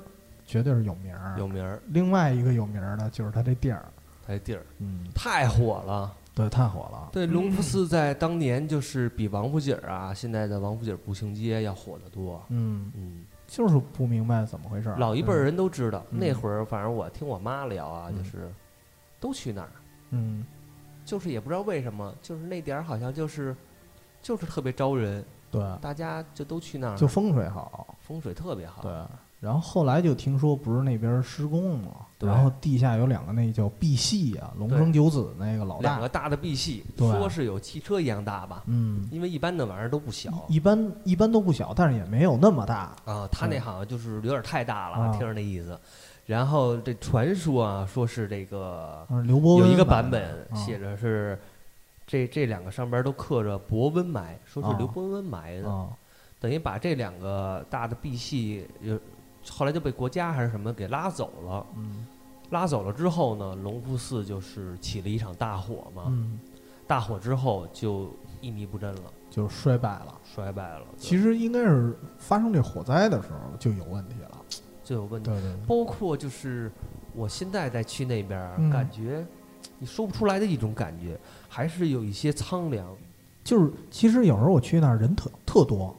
绝对是有名儿。
有名儿，
另外一个有名儿的就是它这店儿，
它这地儿
嗯，
太火了。
对，太火了。
对，隆福
嗯
寺在当年就是比王府井儿啊，现在的王府井步行街要火得多。
嗯，
嗯，
就是不明白怎么回事儿。
老一辈儿人都知道，
嗯
那会儿反正我听我妈聊啊，就
嗯
是都去那儿，
嗯，
就是也不知道为什么，就是那点儿好像就是就是特别招人，
嗯，对，
大家就都去那儿，
就风水好。
风水特别好。
对，然后后来就听说不是那边施工嘛，
对
然后地下有两个那叫碧玺啊，龙
对
生九子那个老
两个
大，
大的碧玺，
对
说是有汽车一样大吧，
嗯，
因为一般的玩意儿都不小。
一般一般都不小，但是也没有那么大，
啊，他那好像就是有点太大了，
啊
听着那意思。然后这传说啊，说是这个
嗯，刘伯
有
温
一个
版哦
版本写
着
着是这这两个上边都刻着伯温埋，说是
啊
刘伯温埋的，
啊，
等于把这两个大的碧玺有。后来就被国家还是什么给拉走了，
嗯
拉走了之后呢，隆福寺就是起了一场大火嘛，
嗯，
大火之后就一蹶不振了，
就衰败了。
衰败了，
其
实
实应该是发生这火灾的时候就有问题了，
就有问题。
对对对，
包括就是我现在再去那边儿，
嗯
感觉你说不出来的一种感觉，还是有一些苍凉。
就是其实有时候我去那儿人特特多，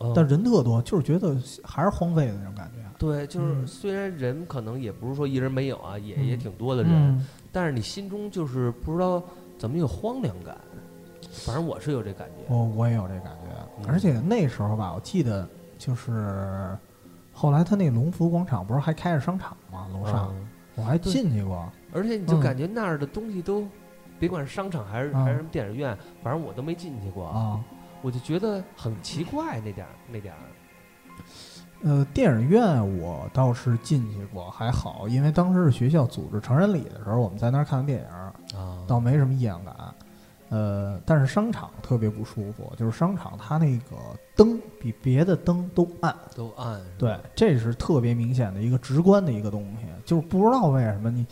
嗯
但人特多，就是觉得还是荒废的那种感觉。
对，就是
嗯
虽然人可能也不是说一人没有啊，也
嗯
也挺多的人，
嗯，
但是你心中就是不知道怎么有荒凉感，反正我是有这感觉。
我我也有这感
嗯
觉，而且那时候吧，我记得就是后来他那龙福广场不是还开着商场吗？楼上
嗯
我还
对
进去过，
而且你就
哦啊嗯
感觉那儿的东西都，别管是商场还是
啊
还是什么电影院，反正我都没进去过，
啊，
我就觉得很奇怪那点儿那点儿。
呃，电影院我倒是进去过，还好，因为当时是学校组织成人礼的时候，我们在那儿看的电影，
啊
倒没什么异样感。呃，但是商场特别不舒服，就是商场它那个灯比别的灯都暗，
都暗是吧
对，这是特别明显的一个直观的一个东西，就是不知道为什么你，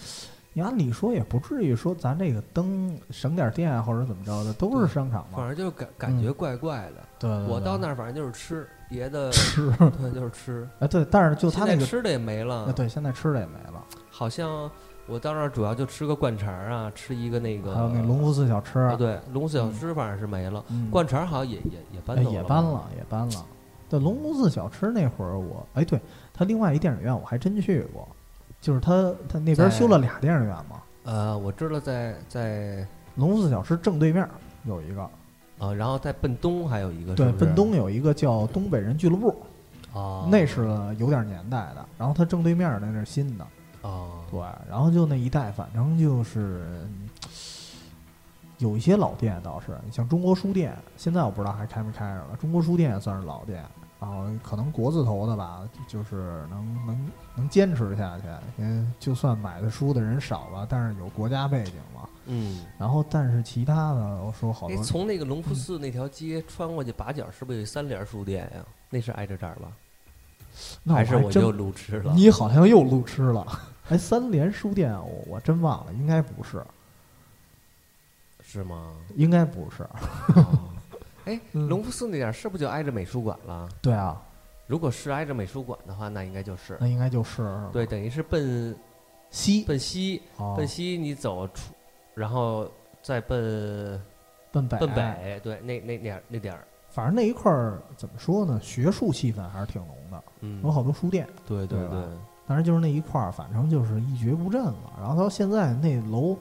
你按理说也不至于说咱这个灯省点电啊或者怎么着的，都是商场
反
嘛。
正就是感
嗯
感觉怪怪的。
对对对
我到那儿反正就是吃，别的
吃，
对就是吃。
哎对，但是就他
现
那
在
个，
吃的也没
哎
了，
对，现在吃的也没了，
好像我到那儿主要就吃个灌肠儿啊，吃一个那个
还有那龙福寺小吃，
啊，对龙虎小吃反正是没了，
嗯
灌肠儿好像也也也搬
哎
走
也搬
了
了，也搬了。对，龙福寺小吃那会儿我，哎，对，他另外一电影院我还真去过，就是他他那边
在
修了俩电影院嘛，
吧。呃，我知道在在
龙福寺小吃正对面儿有一个，
啊，然后在奔东还有一个
对
是，不是
奔东有一个叫东北人俱乐部，
啊，
那是有点年代的，然后它正对面儿那是新的，
啊，
对，然后就那一带，反正就是嗯有一些老店倒是，你像中国书店，现在我不知道还开没开着了，中国书店也算是老店，然后可能国字头的吧，就就是能能能坚持下去，因为就算买的书的人少了，但是有国家背景嘛，
嗯，
然后但是其他的，我说好
哎，
多
从那个龙福寺那条街穿过去把角，是不是有三联书店呀？那是挨着这儿吧？
那
还是
还
我
真
又路痴了？
你好像又路痴了。 [laughs] 哎，三联书店我我真忘了，应该不是，
[laughs] 是
[laughs]
吗？
应该不是。
哦哎，
嗯
龙福寺那点儿是不是就挨着美术馆了？
对啊，
如果是挨着美术馆的话，那应该就是
那应该就是了
对，等于是奔
西
奔西，
哦
奔西你走出，然后再奔
奔北
奔，北，对，那那那点儿那点儿，
反正那一块儿怎么说呢，学术气氛还是挺浓的，
嗯
有，好多书店。
对对
对吧
对，
但是就是那一块儿，反正就是一蹶不振了。然后到现在那楼，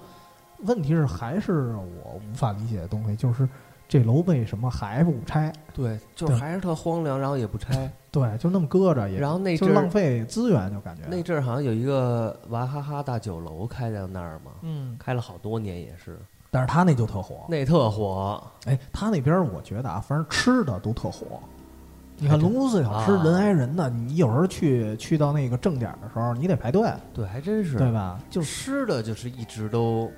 问题是还是我无法理解的东西，就是这楼为什么还不拆？
对，就是
对
还是特荒凉，然后也不拆，
对，就那么搁 [laughs] 着也，
然后那
就
阵儿
浪费资源，就感觉
那阵儿好像有一个娃哈哈大酒楼开在那儿嘛，
嗯，
开了好多年也是，
但是他那就特火，
那特火，
哎，他那边儿我觉得啊，反正吃的都特火。你看
还真
龙福寺小吃
啊
人挨人呢，你有时候去去到那个正点儿的时候，你得排队，
对，还真是，
对吧？
就
就
吃的就是一直都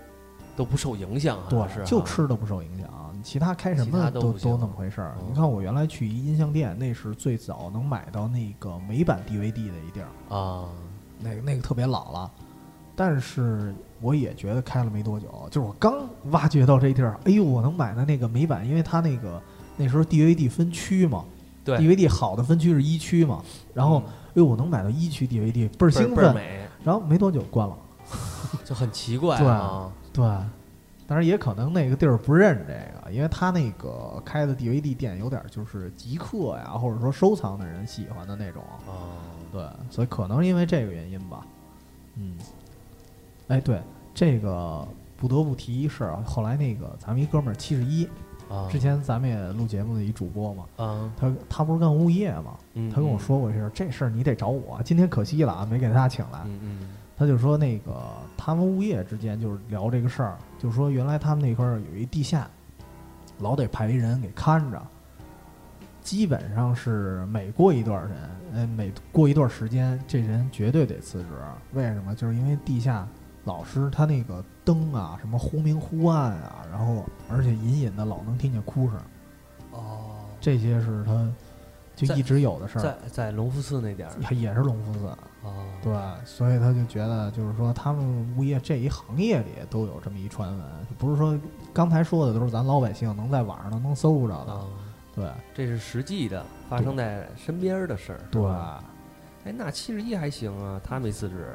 都不受影响啊，
对，
是
就
哈，
吃的不受影响，你其他开什
其他
么
都
都
不行
那么回事儿。
嗯
你看我原来去一音像店，那是最早能买到那个美版 DVD 的一地儿，
啊，
那个那个特别老了，但是我也觉得开了没多久，就是我刚挖掘到这地儿，哎呦，我能买到那个美版，因为它那个那时候 DVD 分区嘛，
对
DVD 好的分区是一区嘛，然后
嗯
哎呦，我能买到一区 DVD，倍儿
倍儿
兴
倍儿
奋，
美，
然后没多久关了，
就很奇怪
对
啊，
对。当然也可能那个地儿不认这个，因为他那个开的 DVD 店有点就是极客呀，或者说收藏的人喜欢的那种，
啊，
对，所以可能因为这个原因吧。嗯，哎，对，这个不得不提一事儿啊。后来那个咱们一哥们儿七十一，
啊
之前咱们也录节目的一主播嘛，
啊，
他他不是干物业嘛，
嗯
他跟我，说过一事儿，这事儿你得找我。今天可惜了啊，没给他请来。
嗯嗯
他就说那个他们物业之间就是聊这个事儿，就说原来他们那块儿有一地下，老得派一人给看着，基本上是每过一段人，呃，每过一段时间，这人绝对得辞职。为什么？就是因为地下老是他那个灯啊，什么忽明忽暗啊，然后而且隐隐的老能听见哭声，
嗯，哦，
这些是他就
在
一直有的事儿，
在在龙福寺那点儿，
也是龙福寺。
[laughs] 哦，
对，所以他就觉得，就是说，他们物业这一行业里都有这么一传闻，不是说刚才说的都是咱老百姓能在网上都能搜着的。
啊。
对
这是实际的发生在身边儿的事儿。
对，
哎，那七十一还行啊，他没辞职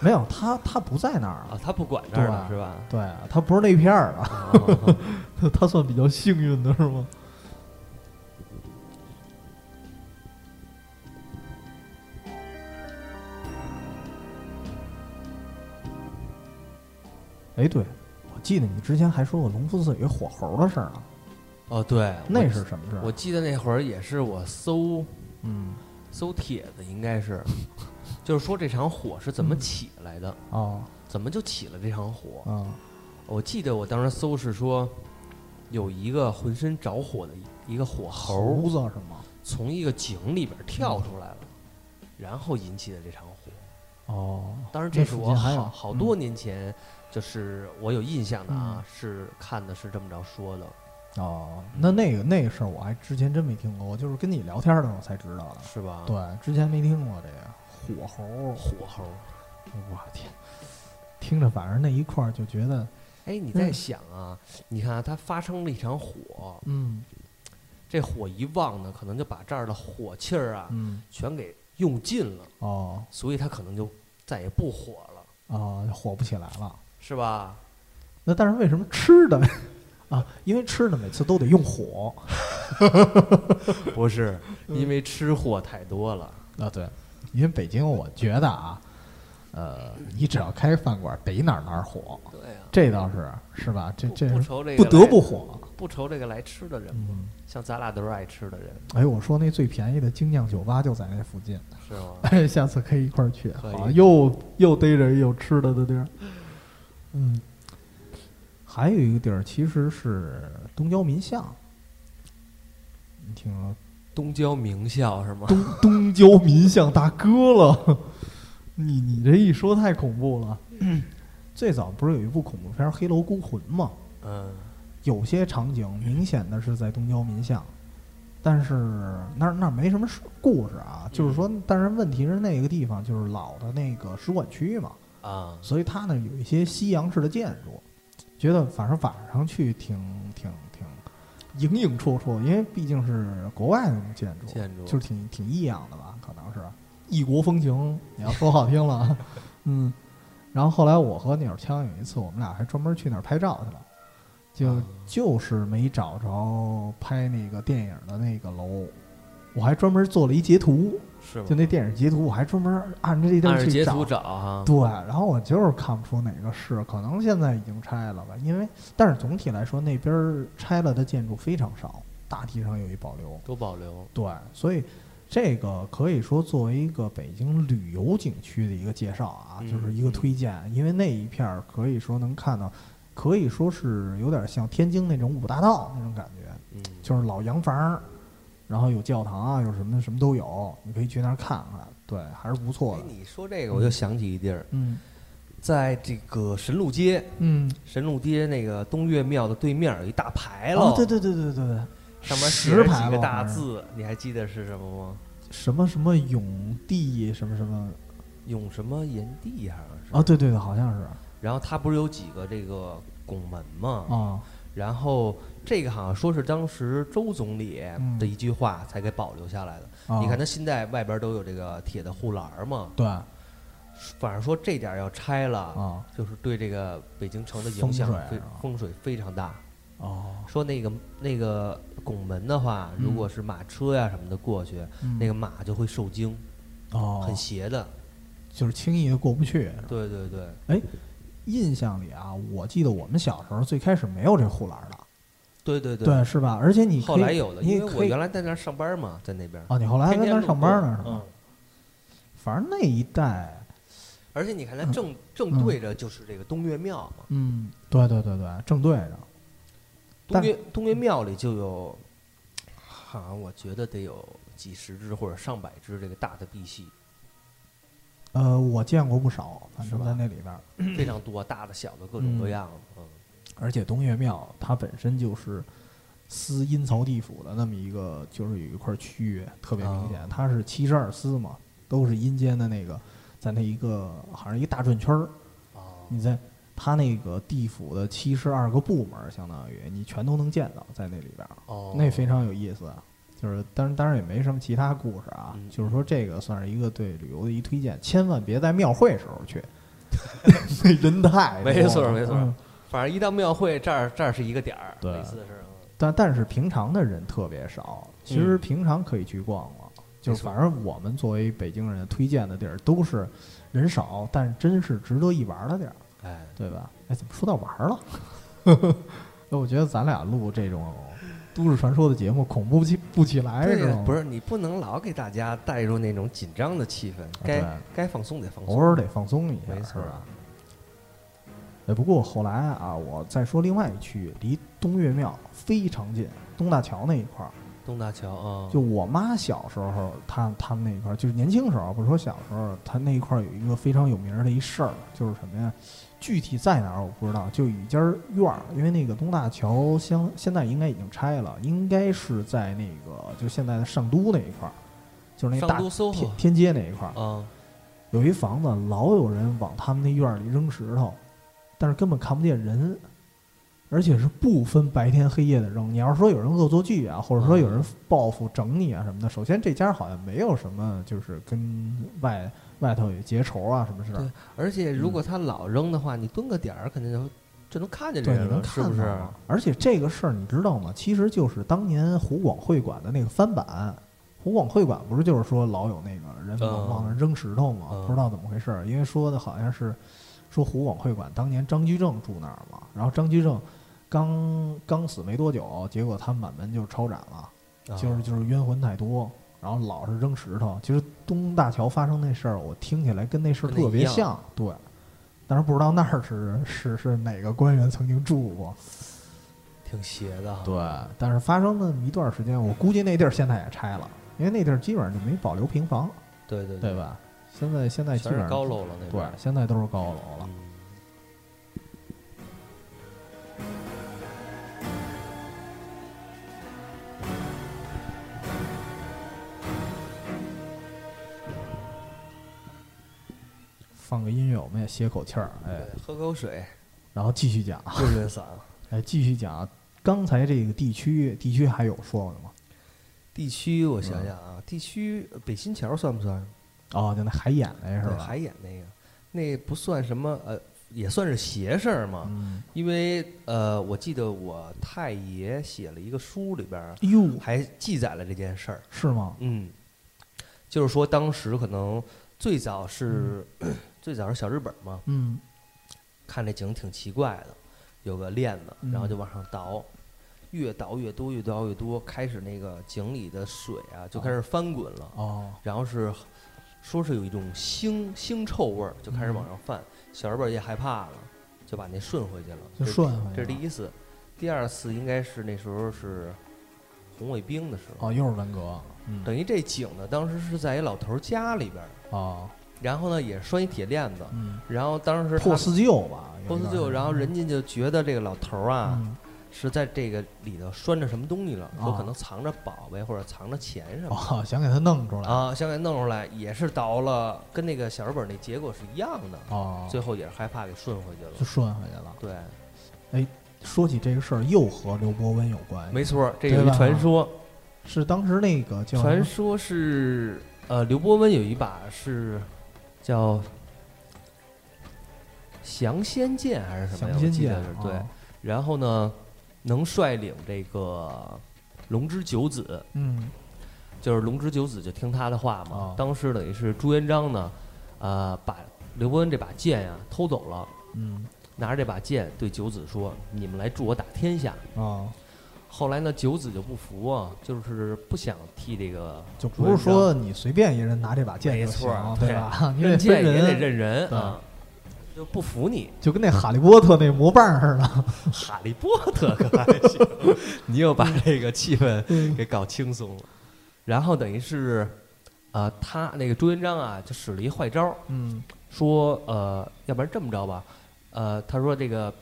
没有他，他不在那儿。
啊，他不管这儿了
对
是吧？
对他不是那片儿的，
啊啊 [laughs]
[laughs]
啊
他算比较幸运的是吗？哎，对，我记得你之前还说过隆福寺有一火猴的事儿呢，
哦， [laughs] 对，
那
我
是什么事儿？
我记得那会儿也是我搜
嗯
搜帖子，应该是， [laughs] 就是说这场火是怎么起来的，
哦
怎么就起了这场火？
嗯
我记得我当时搜是说，有一个浑身着火的一个火猴
猴子是吗？
从一个井里边跳出来了，然后引起的这场火。
哦，
当然，
那
这是
附
我
近还有嗯
好好多年前，就是我有印象的啊，是看的是这么着说的，
哦，那那个那个事儿我还之前真没听过，我就是跟你聊天的时候才知道的。
是吧？，
对，之前没听过这个火猴，
火候。
我天，听着反正那一块儿就觉得，
哎，你在
嗯
想啊，你看啊，它发生了一场火，
嗯
这火一旺呢，可能就把这儿的火气儿啊，
嗯，
全给用尽了，
哦
所以它可能就再也不火了，
啊，火不起来了。
是吧？
那但是为什么吃的 [laughs] 啊？因为吃的每次都得用火
[coughs] 不是，因为吃货太多了。
啊，对，
因为北京，我觉得啊，呃，你只要开饭馆，得哪儿哪儿火，
对呀、
这倒是是吧？这
不
这
不
是
愁这个
不得
来
不火。
不愁这个来吃的人，
嗯，
像咱俩都是爱吃的人，
哎，我说那最便宜的精酿酒吧就在那附近，
是吗？
[laughs]
哎，下次可以一块儿去，
可
好，
以
又又逮着一有吃的的地儿。
嗯，还有一个地儿其实是东郊民巷，你听说
东郊名校是吗？ [laughs]
东
东郊民巷大哥了，你你这一说太恐怖了。
最早不是有一部恐怖片儿《黑楼孤魂》吗？
嗯，
有些场景明显的是在东郊民巷，但是那儿那儿没什么事故事啊，就是说，但是问题是那个地方就是老的那个使馆区嘛，
啊，
所以它呢有一些西洋式的建筑，觉得反正晚上去挺挺挺影影绰绰，因为毕竟是国外那种建筑，
建筑
就是挺挺异样的吧，可能是异国风情。你要说好听了， [laughs] 嗯。然后后来我和鸟枪有一次，我们俩还专门去那儿拍照去了，就
啊
就是没找着拍那个电影的那个楼，我还专门做了一截图，
是吗
就？那电影截图，我还专门按着这地
按
儿
着
去
截
找
图。找哈，
对，然后我就是看不出哪个是，可能现在已经拆了吧，因为但是总体来说那边儿拆了的建筑非常少，大体上有一保留。
都保留。
对，所以这个可以说作为一个北京旅游景区的一个介绍啊，
嗯
就是一个推荐，因为那一片儿可以说能看到，可以说是有点像天津那种五大道那种感觉，
嗯，
就是老洋房儿，然后有教堂啊，有什么什么都有，你可以去那儿看看，对，还是不错
哎
的。
你说这个，我就想起一地儿，
嗯
在这个神鹿街，
嗯，
神鹿街那个东岳庙的对面有一大牌
哦
楼，，
对对对对对对，
哎上面写
石
着
牌
几个
楼
大
好像是
字，你还记得是什么吗？
什么什么永帝什么什么
永什么炎帝好像是
啊，。对对对，好像是
然后它不是有几个这个拱门吗？
啊，
然后这个好像说是当时周总理
嗯
的一句话才给保留下来的。
啊
你看它现在外边都有这个铁的护栏儿嘛，
对啊
反正说这点儿要拆了，就是对这个北京城的影响
哦风水啊
非
是吧
风水非常大。
哦，
说那个那个拱门的话，
嗯
如果是马车呀什么的过去，那个马就会受惊，
哦
很邪的。
就是轻易的过不去。
对对对，
印象里啊，我记得我们小时候最开始没有这护栏的，
对对
对，是吧？而且你可以
后来有了，
你
因
也
为
可
我
以
原来在那儿上班嘛，在那边儿
哦，你后来还
天
在
天
那儿
路
上班
过
呢，是吧？
嗯
反正那一带，
而且你看，它
嗯
正
嗯
正对着就是这个东岳庙嘛，
嗯，对对对对，正对着，
东
但
岳东岳庙里就有，好像我觉得得有几十只或者上百只这个大的
[clears throat]
赑屃，
呃，我见过不少，反
是
正
吧
在那里边儿。
非常多，大的小的各种各样的。嗯，
而且东岳庙它本身就是司阴曹地府的那么一个，就是有一块区域特别明显，
哦
它是七十二司嘛，都是阴间的那个，在那一个好像一个大转圈儿，
哦，
你在他那个地府的七十二个部门儿，相当于你全都能见到在那里边儿，
哦，
那非常有意思。啊就是当然当然也没什么其他故事啊，
嗯
就是说这个算是一个对旅游的一推荐，千万别在庙会时候
[laughs]
去，那人太多了
没错没错
嗯
反正一到庙会这儿这儿是一个点儿，嗯
对
每次是
但但是平常的人特别少，其实
嗯
平常可以去逛逛。就
没
是
错
反正我们作为北京人推荐的地儿都是人少，但真是值得一玩儿的地儿，
嗯哎，
对吧？哎，怎么说到玩
[laughs]
儿了？那我觉得咱俩录这种都市传说的节目，恐怖起不起来，
对
知道
呀
吗？，
不是你不能老给大家带入那种紧张的气氛，该
啊对
该放松得放松。
偶尔得放松一下，
没错
是吧？哎，不过后来啊，我再说另外一区域，离东岳庙非常近，东大桥那一块儿。
东大桥啊，
就我妈小时候，她他们那一块儿，就是年轻时候，不是说小时候，她那一块儿有一个非常有名儿的一事儿，就是什么呀？具体在哪儿我不知道，就有一家院儿，因为那个东大桥相现在应该已经拆了，应该是在那个就现在的上都那一块儿，就是那个
商
大
都 SOHO
天天街那一块儿，
啊，
有一房子老有人往他们那院儿里扔石头，但是根本看不见人，而且是不分白天黑夜的扔。你要是说有人恶作剧啊，或者说有人报复整你啊什么的，首先这家好像没有什么就是跟外外头有结仇啊什么事儿
对，而且如
嗯
果他老扔的话，你蹲个点儿，肯定就就能看见
对，
人
你能
了，
看
是
到
不是？
吗而且这个事儿你知道吗？其实就是当年湖广会馆的那个翻版。湖广会馆不是就是说老有那个人往
嗯
往那儿扔石头吗？
嗯
不知道怎么回事儿，因为说的好像是说湖广会馆当年张居正住那儿嘛，然后张居正刚刚死没多久，结果他满门就抄斩了，
啊
就是就是冤魂太多，然后老是扔石头。其实东大桥发生那事儿，我听起来跟那事儿
跟那
特别
一样
像，对。但是不知道那儿是是是哪个官员曾经住过，
挺邪的啊。
对。但是发生那么一段时间，我估计那地儿现在也拆了，因为那地儿基本上就没保留平房，
对对
对？吧？现在现在基
全
本
是
上
高楼了那
对
边。，
现在都是高楼了。
嗯
放个音乐，我们也歇口气儿，哎，
对，喝口
[laughs]
水，
然后继续讲，啊
润润嗓。
哎，继续讲刚才这个地区，地区还有说的吗？
地区，我
嗯
想想啊，地区呃北新桥算不算？
哦，就那海眼那是
对，
吧？
海眼那个，那不算什么，呃，也算是邪事儿嘛。
嗯，
因为呃，我记得我太爷写了一个书，里边儿
哟，
还记载了这件事儿。
是吗？
嗯，就是说当时可能最早是、 [clears throat] 最早是小日本嘛，
嗯，
看这景挺奇怪的，有个链子，
嗯
然后就往上倒，越倒越多，越倒越多，开始那个井里的水啊就开始翻滚了，
哦，
然后是说是有一种腥腥臭味儿就开始往上泛，小日本也害怕了，就把那顺回去了，
嗯就
这
顺回去
这是第
了
一次，第二次应该是那时候是红卫兵的时候，
哦，又是文革，嗯，
等于这井呢当时是在一老头儿家里边儿，
哦，
然后呢也拴一铁链子，
嗯，
然后当时
破
他
四旧吧，
破四旧，然后人家就觉得这个老头儿啊、
啊，
是在这个里头拴着什么东西了，说
啊
可能藏着宝贝或者藏着钱什么
哦，想给他弄出
的
来，
啊，想给弄出来也是倒了，跟那个小日本那结果是一样的，
哦，
最后也是害怕给顺回去
就
了。
顺回去了。
对，
说起这个事儿，又和刘伯温有关系，
没错儿，这
对
有一
吧
传说，
是当时那个叫什
传
么
说是呃刘伯温有一把是叫降仙剑还是什么
降
呀？我
仙
记
剑
得是，对。
哦
然后呢，能率领这个龙之九子，
嗯，
就是龙之九子就听他的话嘛。
哦
当时等于是朱元璋呢，呃，把刘伯温这把剑呀、偷走了，
嗯
拿着这把剑对九子说：“你们来助我打天下。
啊，”
后来呢，九子就不服啊，就是不想替这个
就不是
朱元璋
说你随便一人拿这把剑
没
就行
错儿，
对吧？
[laughs]
你得分
认剑也得
人，
认人
对
啊，就不服你。
就跟那哈利波特那魔棒似的。
哈利波特可还行， [laughs] 你又把这个气氛
嗯
给搞轻松了。然后等于是，呃，他那个朱元璋啊，就使了一坏招儿，
嗯
说呃，要不然这么着吧，呃，他说这个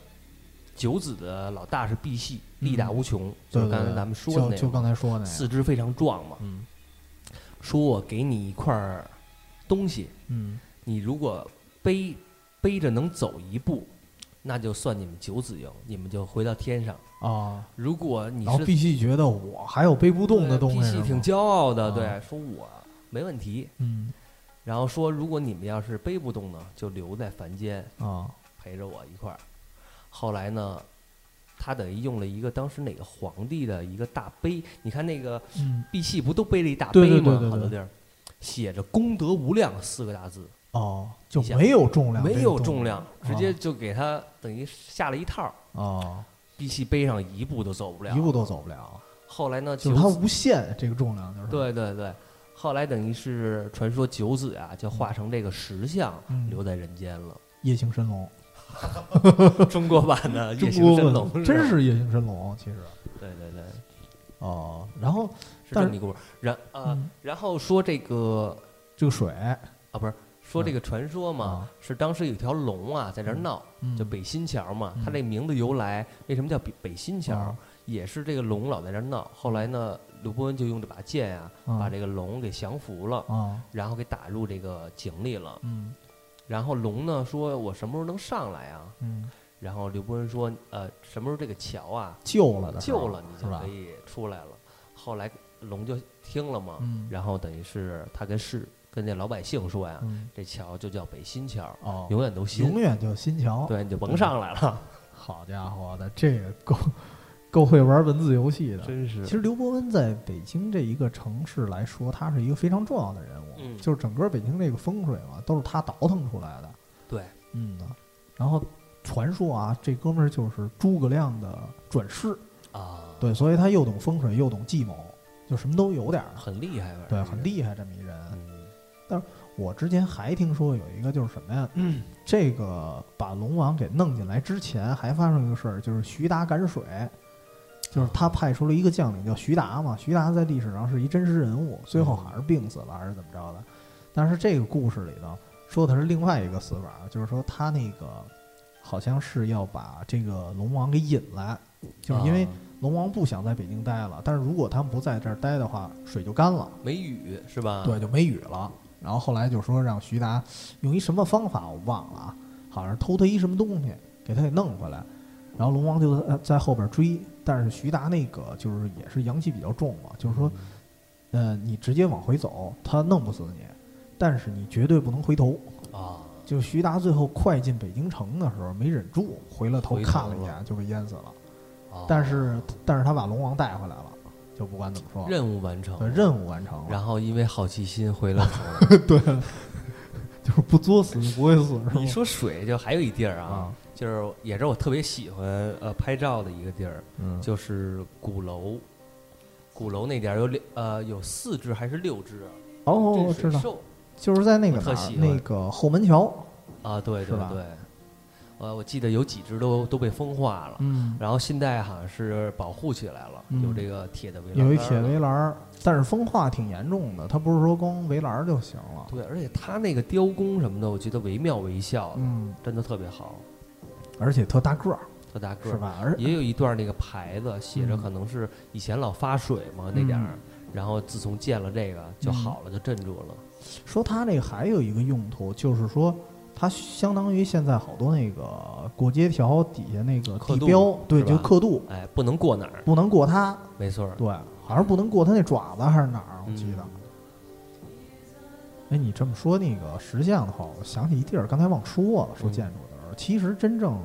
九子的老大是赑屃，力大
嗯
无穷，
对
就是
对
刚才
对
咱们说的
就
那
就
个，
刚才说那个，
四肢非常壮嘛。
嗯
说我给你一块儿东西，
嗯，
你如果背背着能走一步，那就算你们九子赢，你们就回到天上。
啊，
如果你
然后
是
必须觉得我还有背不动的东西
对
是
，PC
吗，
挺骄傲的，
啊
对，说我没问题。
嗯
然后说，如果你们要是背不动呢，就留在凡间
啊
陪着我一块儿。后来呢，他等于用了一个当时哪个皇帝的一个大碑，你看那个
嗯
碧玺不都背了一大
对对
碑
对
吗
对？对
好多地儿写着“功德无量”四个大字，
哦，就没有重量这个动物，
没有重量，直接
哦
就给他等于下了一套，
哦，
必须背上一步都走不了。
一步都走不了，
后来呢，
就是
九
它
子
无限这个重量，就是，
对对对，后来等于是传说九子啊，就化成这个石像
嗯
留在人间了。 [laughs]
夜行神龙，
中国版
[laughs]
的夜
中
行
国
神龙吧，
真是夜行神龙，其实
对对对，
哦，然后
是这
但
么一个故事。然啊
嗯，
然后说这个
这个水
啊，不是说这个传说嘛
啊，
是当时有一条龙啊在这儿闹，
嗯
叫北新桥嘛。
嗯
它这名字由来，为什么叫北北新桥
啊？
也是这个龙老在这儿闹。后来呢，刘伯温就用这把剑啊，
啊
把这个龙给降服了，
啊，
然后给打入这个井里了。
嗯
然后龙呢说：“我什么时候能上来啊
嗯，？”
然后刘伯温说：“呃，什么时候这个桥啊
救了的时候
救了，你
是
就
吧
可？以出来了。”后来龙就听了嘛，
嗯，
然后等于是他跟市跟那老百姓说呀，
嗯
这桥就叫北新桥，
哦，
永远都新
永，远叫新桥，
对，你就甭上来了，
好家伙的，这个够够会玩文字游戏的。
真是
其。实刘伯温在北京这一个城市来说，他是一个非常重要的人物，
嗯
就是整个北京这个风水嘛，都是他倒腾出来的。
对，
嗯呐然后传说啊，这哥们儿就是诸葛亮的转世，
啊，，
对，所以他又懂风水，又懂计谋，就什么都有点儿，
很厉害，
对，很厉害这么一人。
害。嗯
我之前还听说有一个就是什么呀，这个把龙王给弄进来之前，还发生一个事儿，就是徐达赶水，就是他派出了一个将领叫徐达嘛，徐达在历史上是一真实人物，最后还是病死了还是怎么着的。但是这个故事里头说的是另外一个死法，就是说他那个好像是要把这个龙王给引来，就是因为
啊
龙王不想在北京待了，但是如果他们不在这儿待的话，水就干了。
梅雨是吧？
对，就没雨了。然后后来就说让徐达用一什么方法，我忘了啊，好像是偷他一什么东西，给他给弄回来。然后龙王就在在后边追，但是徐达那个就是也是阳气比较重嘛，就是说，呃，你直接往回走，他弄不死你，但是你绝对不能回头。
啊，
就徐达最后快进北京城的时候，没忍住回了头
回头
看了一
了
眼，就被淹死了。
啊
但是但是他把龙王带回来了，就不管怎么说，
任务完成
对，任务完成了。
然后因为好奇心回了头。
[laughs] 对，就是不作死就不会死， [laughs] 是吗？
你说水就还有一地儿啊
啊，
就是也是我特别喜欢呃拍照的一个地儿，
嗯
就是鼓楼。鼓楼那点儿有两呃有四只还是六只？啊
哦，我知
镇水
道，
兽
就是在那个哪
我特
儿
喜，欢
那个后门桥，
啊，对
是
对
吧
对，呃，我记得有几只都都被风化了，
嗯，
然后现在好像是保护起来了，有
嗯
这个铁的围栏，
有一铁围。栏儿，但是风化挺严重的，它不是说光围栏儿就行了，
对，而且它那个雕工什么的，我觉得惟妙惟肖的，
嗯，
真的特别好，
而且特大个儿，
特大个
是
儿。
吧？而
也有一段那个牌子写着，
嗯
可能是以前老发水嘛那点儿，然后自从建了这个
嗯
就好了，就镇住了。
说它这个还有一个用途，就是说。它相当于现在好多那个过街条底下那个
刻
地
度
标，对，
是吧
就刻度，
哎，不能过哪儿，
不能过它，
没错儿。
对，好像不能过它那爪子还是哪儿，我
嗯
记得。哎，你这么说那个石像的话，我想起一地儿，刚才忘说了，
嗯
说建筑的时候，其实真正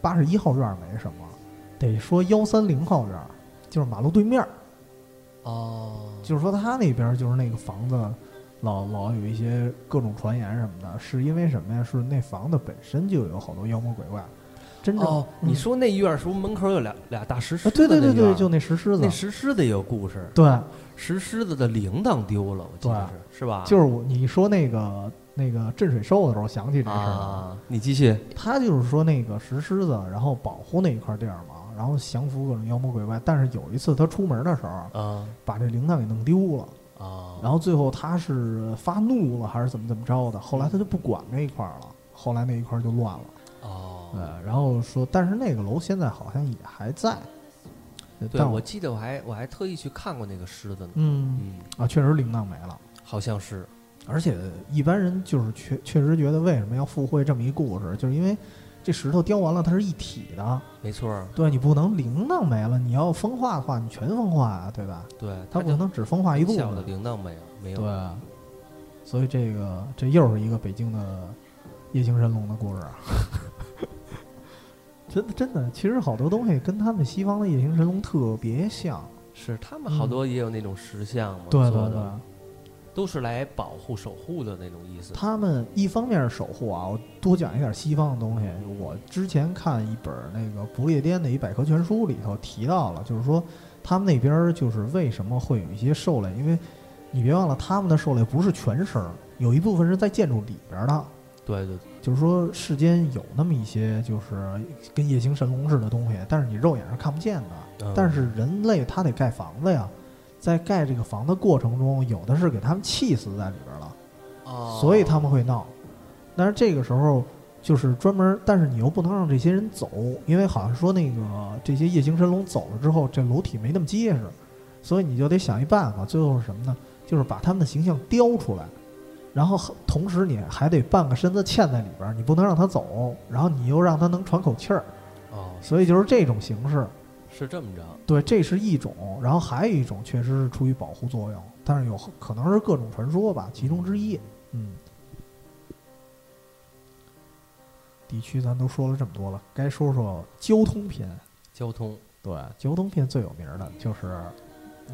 八十一号院儿没什么，得说幺三零号院儿，就是马路对面儿，
哦，
就是说他那边儿就是那个房子，老老有一些各种传言什么的，是因为什么呀？是那房子本身就有好多妖魔鬼怪，真正
哦，
嗯
你说那院儿是不是门口有俩俩大石狮
啊，
子
对对
那
对
院
对，
儿
就那石狮子
那，石狮子也有故事，
对，
石狮子的铃铛丢了，我记得是是吧？
就是是我你说那个那个镇水兽的时候，想起这事儿了。
啊，你继续
他就是说那个石狮子，然后保护那一块地儿嘛，然后降服各种妖魔鬼怪。但是有一次他出门的时候，
啊
把这铃铛给弄丢了，
啊，
然后最后他是发怒了还是怎么怎么着的，后
嗯
来他就不管这一块儿了，后来那一块儿就乱了。
哦，
呃，然后说，但是那个楼现在好像也还在。
对，
但
我记得我还我还特意去看过那个狮子呢，
嗯
嗯，
啊，确实铃铛没了。
好像是，
而且一般人就是确确实觉得为什么要附会这么一故事，就是因为这石头雕完了它是一体的，
没错儿，
对你不能铃铛没了，你要风化的话，你全风化啊，对吧？
对，
它
它
不
就
能只风化一部
小的
分，
铃铛没有没有，
对。所以这个这又是一个北京的夜行神龙的故事，啊 [laughs] 真的真的，其实好多东西跟他们西方的夜行神龙特别像，
是他们好多也有那种石像嘛，
对
做
对
的，
对。
都是来保护、守护的那种意思。
他们一方面是守护啊，我多讲一点西方的东西。我之前看一本那个不列颠的一百科全书里头提到了，就是说他们那边儿就是为什么会有一些兽类，因为你别忘了他们的兽类不是全身儿，有一部分是在建筑里边儿的，
对对，
就是说世间有那么一些就是跟夜行神龙似的东西，但是你肉眼是看不见的。
嗯
但是人类他得盖房子呀，在盖这个房子过程中，有的是给他们气死在里边了，
哦
所以他们会闹。但是这个时候就是专门，但是你又不能让这些人走，因为好像说那个这些夜行神龙走了之后，这楼体没那么结实，所以你就得想一办法。最后是什么呢？就是把他们的形象雕出来。然后同时你还得半个身子嵌在里边儿，你不能让他走，然后你又让他能喘口气儿，
哦
所以就是这种形式。
是这么着，
对，这是一种，然后还有一种确实是出于保护作用，但是有可能是各种传说吧，其中之一。嗯，地区咱都说了这么多了，该说说交通篇。
交通
对，交通篇最有名的就是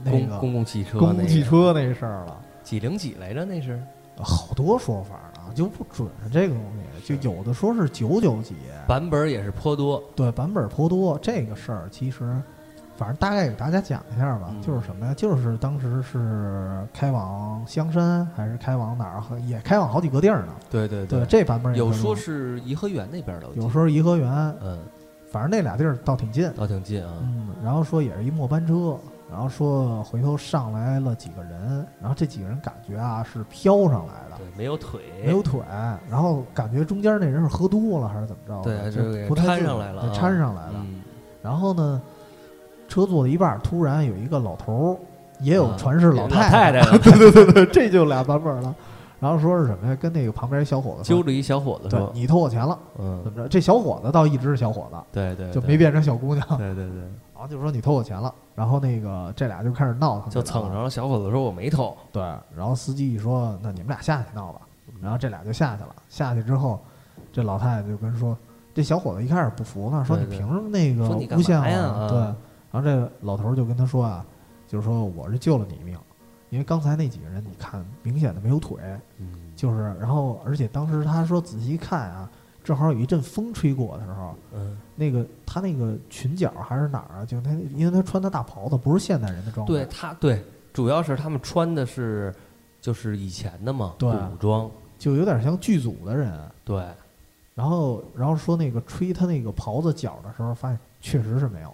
那
公
个
公共汽车，
公共汽，车那事儿了，
几零几来着？那是
好多说法啊，就不准这个东西，就有的说是九九几，
版本也是颇多，
对，版本颇多。这个事儿其实，反正大概给大家讲一下吧，
嗯
就是什么呀？就是当时是开往香山，还是开往哪儿？也开往好几个地儿呢。
对对
对，，这版本也
有
是
说是颐和园那边的，我记得
有说是颐和园，
嗯，
反正那俩地儿倒挺近。
倒挺近啊，
嗯，然后说也是一末班车，然后说回头上来了几个人，然后这几个人感觉啊是飘上来的。
对，没有腿，
嗯没有腿，然后感觉中间那人是喝多了还是怎么着的？
对
就
这个
不太
掺
自
上
主
来了
对
啊
掺上来了。
嗯，
然后呢，车坐到一半儿，突然有一个老头儿，也有
啊
传世老
太
太 [laughs]
太
对对对对，这就俩版本儿了。然后说是什么呀？跟那个旁边一小伙子
揪
说
着一小伙：“子
对
说，
你偷我钱了，怎
嗯，
么着？”这小伙子倒一直是小伙子，
对对，
就
对
没，变成小姑娘。 [laughs]
对对对，
然后就说你偷我钱了，然后那个这俩就开始闹腾，
就
着。
蹭着了。小伙子说我没偷，
对，然后司机一说：“那你们俩下去闹吧。”然后这俩就下去了。下去之后，这老太太就跟说：“这小伙子一开始不服呢，说
对
你
对
凭什么那个
说你干
诬陷
嘛
我
呀
啊
啊
对，然后这老头儿就跟他说啊，就是说我是救了你一命，因为刚才那几个人你看明显的没有腿，
嗯，
就是然后而且当时他说仔细看啊，正好有一阵风吹过的时候，
嗯，
那个他那个裙角还是哪儿啊，就他因为他穿的大袍子不是现代人的装
对
备，
他对，主要是他们穿的是就是以前的嘛，
对
古装，
就有点像剧组的人。
对，
然后然后说那个吹他那个袍子角的时候，发现确实是没有。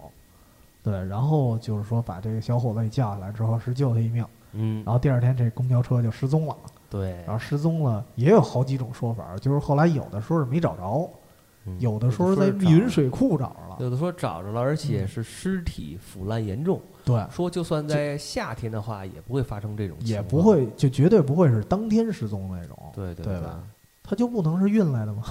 对，然后就是说把这个小伙子给叫下来之后，是救他一命。
嗯，
然后第二天这公交车就失踪了，
对
然，后失踪了也有好几种说法，就是后来有的说是没找着，
嗯
有的说是在密
找
云嗯水库找着了。
有的说找着了，而且是尸体腐烂严重。
对，
说就算在夏天的话，也不会发生这种情况，
啊也不。会就绝对不会是当天失踪的那种，
对对
对吧？他就不能是运来的吗？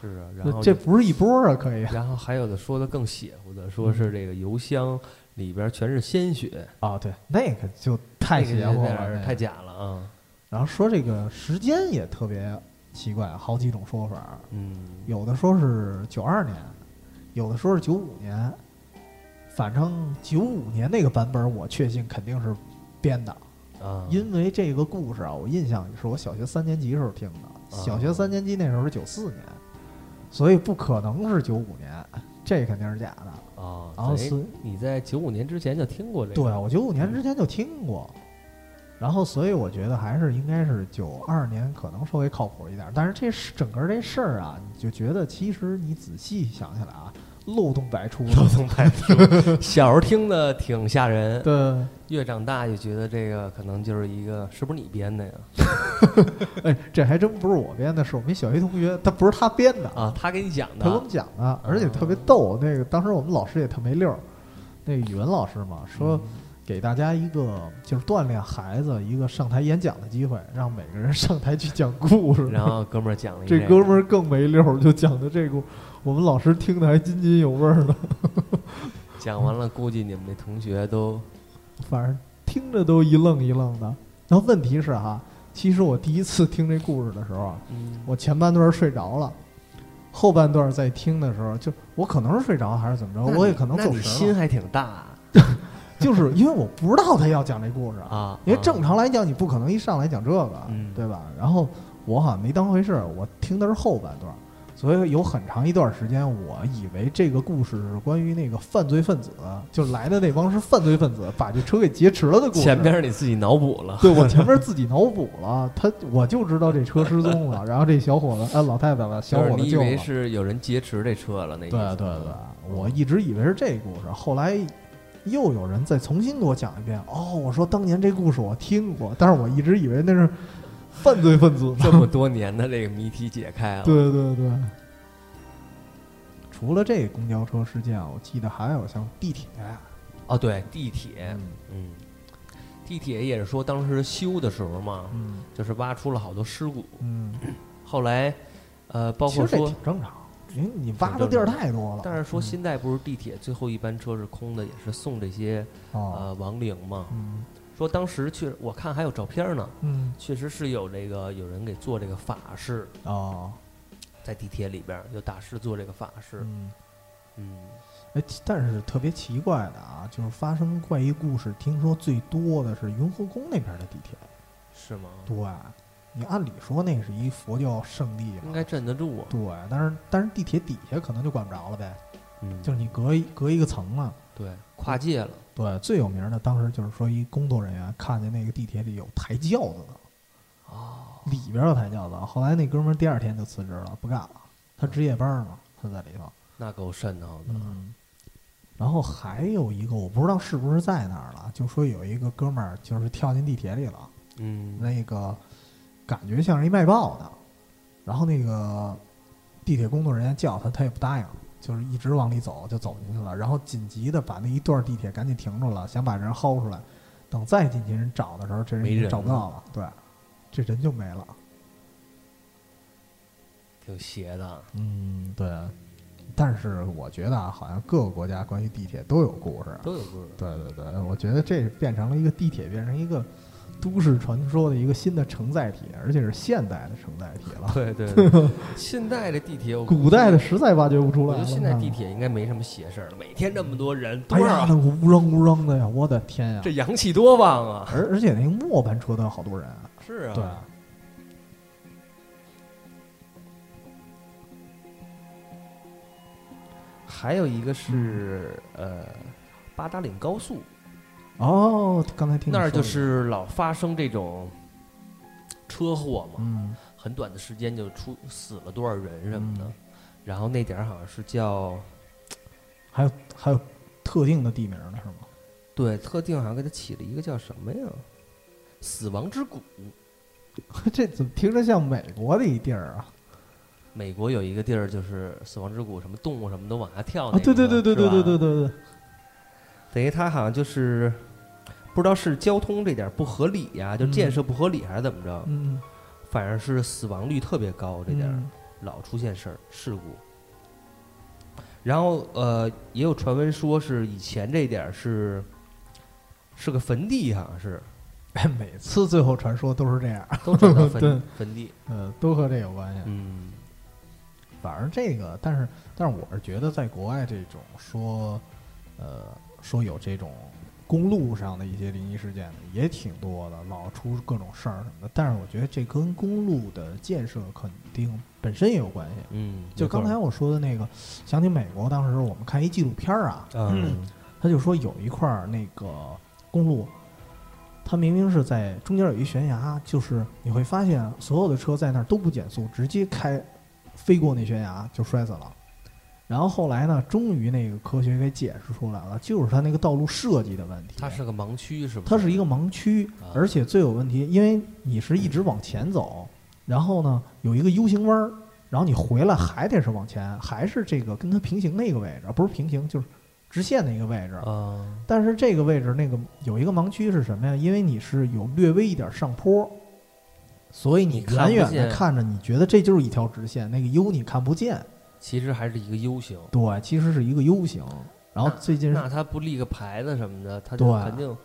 是啊，然后
这
就
不是一波儿啊，可以
然后还有的说的更邪乎的，说
嗯
是这个油箱里边全是鲜血，
[laughs] 啊，对，那个就太
那个
邪
有
乎
点
了，
太假了啊。
然后说这个时间也特别奇怪，好几种说法，
嗯，
有的说是九二年，有的说是九五年，反正九五年那个版本我确信肯定是编的，
啊，
因为这个故事啊，我印象里是我小学三年级时候听的，
嗯
小学三年级那时候是九四年，所以不可能是九五年，这肯定是假的。
啊，
然后
等于
所以
你在九五年之前就听过这个，
对啊我九五年之前就听过，然后所以我觉得还是应该是九二年可能稍微靠谱一点儿，但是这事整个这事儿啊，你就觉得其实你仔细想起来啊，漏洞百出，漏洞百出， [laughs]
小时候听的挺吓人，
对。
[laughs] 越长大就觉得这个可能就是一个是不是你编的呀？
哎，这还真不是我编的，是我们一小学同学，他不是他编的，
啊，他给你讲
他给我
的
们，讲的，而且特别逗。那个当时我们老师也特没溜儿，那个语文老师嘛，说
嗯
给大家一个就是锻炼孩子一个上台演讲的机会，让每个人上台去讲故事。
然后哥们儿讲了一
这
个
哥们儿更没溜儿，就讲的这个，我们老师听的还津津有味儿呢。 [laughs]
讲完了，估计你们那同学都
反正听着都一愣一愣的。然后问题是哈，其实我第一次听这故事的时候啊，
嗯
我前半段睡着了，后半段在听的时候，就我可能是睡着还是怎么着，我也可能
那
走
你
神
心
了。
还挺大，
就是因为我不知道他要讲这故事，
啊，
因为
啊
正常来讲你不可能一上来讲这个，
嗯
对吧？然后我好像没当回事，我听的是后半段，所以有很长一段时间，我以为这个故事是关于那个犯罪分子，就来的那帮是犯罪分子，把这车给劫持了的故事。
前
[laughs]
边你自己脑补了，
对我前边自己脑补了，他我就知道这车失踪了，然后这小伙 [laughs] 子，哎，老太太把 [laughs] 小
就是
伙
你
子
以
救了。
为是有人劫持这车了，那意思。
对啊对对，我一直以为是这故事，后来又有人再重新给我讲一遍。哦，我说当年这故事我听过，但是我一直以为那是犯罪分子
[laughs] 这么多年的这个谜题解开了，
对对对。除了这公交车事件，我记得还有像地铁，
哦，对，地铁，嗯，地铁也是说当时修的时候嘛，
嗯
就是挖出了好多尸骨，
嗯，
后来，呃，包
其
括
实这
说
挺，正常，因为你挖的地嗯儿太多了。
但是说
新
现在不是地铁最后一班车是空的，也是送这些
哦，
呃亡灵嘛，
嗯
说当时确我看还有照片呢，
嗯
确实是有这个有人给做这个法事，
哦
在地铁里边儿有大师做这个法事，
嗯。
嗯，
哎，其但是特别奇怪的啊，就是发生怪异故事，听说最多的是雍和宫那边的地铁。
是吗？
对，你按理说那是一佛教圣地嘛，
应该镇得住啊，
对，但是但是地铁底下可能就管不着了呗，
嗯，
就是你隔一隔一个层嘛。
对跨界了，
对，最有名的当时就是说，一工作人员看见那个地铁里有抬轿子的，
哦，
里边有抬轿子。后来那哥们儿第二天就辞职了，不干了，他值夜班嘛，他在里头。
那够瘆得慌的，
嗯，然后还有一个我不知道是不是在那儿了，就说有一个哥们儿就是跳进地铁里了，
嗯，
那个感觉像是一卖报的，然后那个地铁工作人员叫他，他也不答应，就是一直往里走，就走进去了。然后紧急的把那一段地铁赶紧停住了，想把人薅出来。等再进去人找的时候，这人
没
已经
人
找不
了
到了，对，这人就没了。
挺邪的，
嗯，对。但是我觉得啊，好像各个国家关于地铁都有故事，
都有故事，
对对对，我觉得这变成了一个地铁，变成一个都市传说的一个新的承载体，而且是现代的承载体了。
[laughs] 对
[laughs]
对，对现在的地铁，我
古代的实在挖掘不出
我
来
觉
了。
得现在
看
地
看，
铁应该没什么邪事儿了，每天这么多人，
哎
多少
呀，那乌扔乌扔的呀，我的天呀
这！阳气多旺啊！
而而且那个末班车都有好多人啊，
是
对，
啊，还有一个是呃八达岭高速
哦，刚才听你
那儿
说
就
的，
是老发生这种车祸嘛，
嗯
很短的时间就出死了多少人什么的。然后那点儿好像是叫
还有还有特定的地名呢，是吗？ [laughs]
对特定好像给它起了一个叫什么呀？死亡之谷。
这怎么听着像美国的一地儿啊？
美国有一个地儿就是死亡之谷，什么动物什么都往下跳、
啊，对对对对对对对
对，
对对，
等于它好像就是不知道是交通这点儿不合理呀、就
嗯
建设不合理还是怎么着，
嗯，
反正是死亡率特别高，这点儿
嗯
老出现事儿事故。然后呃，也有传闻说是以前这点儿是是个坟地，好
[laughs]
像是
哎，每次最后传说都是这样，
都找
对
到坟坟地，
呃，都和这有关系。
嗯，
反正这个，但是但是我是觉得在国外这种说，呃，说有这种公路上的一些灵异事件的也挺多的，老出各种事儿什么的。但是我觉得这跟公路的建设肯定本身也有关系。
嗯，
就刚才我说的那个，想起美国当时我们看一纪录片儿啊，
嗯
他就说有一块儿那个公路，它明明是在中间有一悬崖，就是你会发现所有的车在那儿都不减速，直接开飞过那悬崖就摔死了。然后后来呢，终于那个科学给解释出来了，就是它那个道路设计的问题。
它是个盲区是吧？
它是一个盲区
啊，
而且最有问题，因为你是一直往前走，然后呢有一个 U 型弯儿，然后你回来还得是往前，还是这个跟它平行那个位置，不是平行就是直线那个位置。
啊，
但是这个位置那个有一个盲区是什么呀？因为你是有略微一点上坡，所以
你
你
看不
远远的
见
看着，你觉得这就是一条直线，那个 U 你看不见，
其实还是一个 U 型。
对，其实是一个 U 型。然后最近是
那他不立个牌子什么的，他
对
就
啊
肯定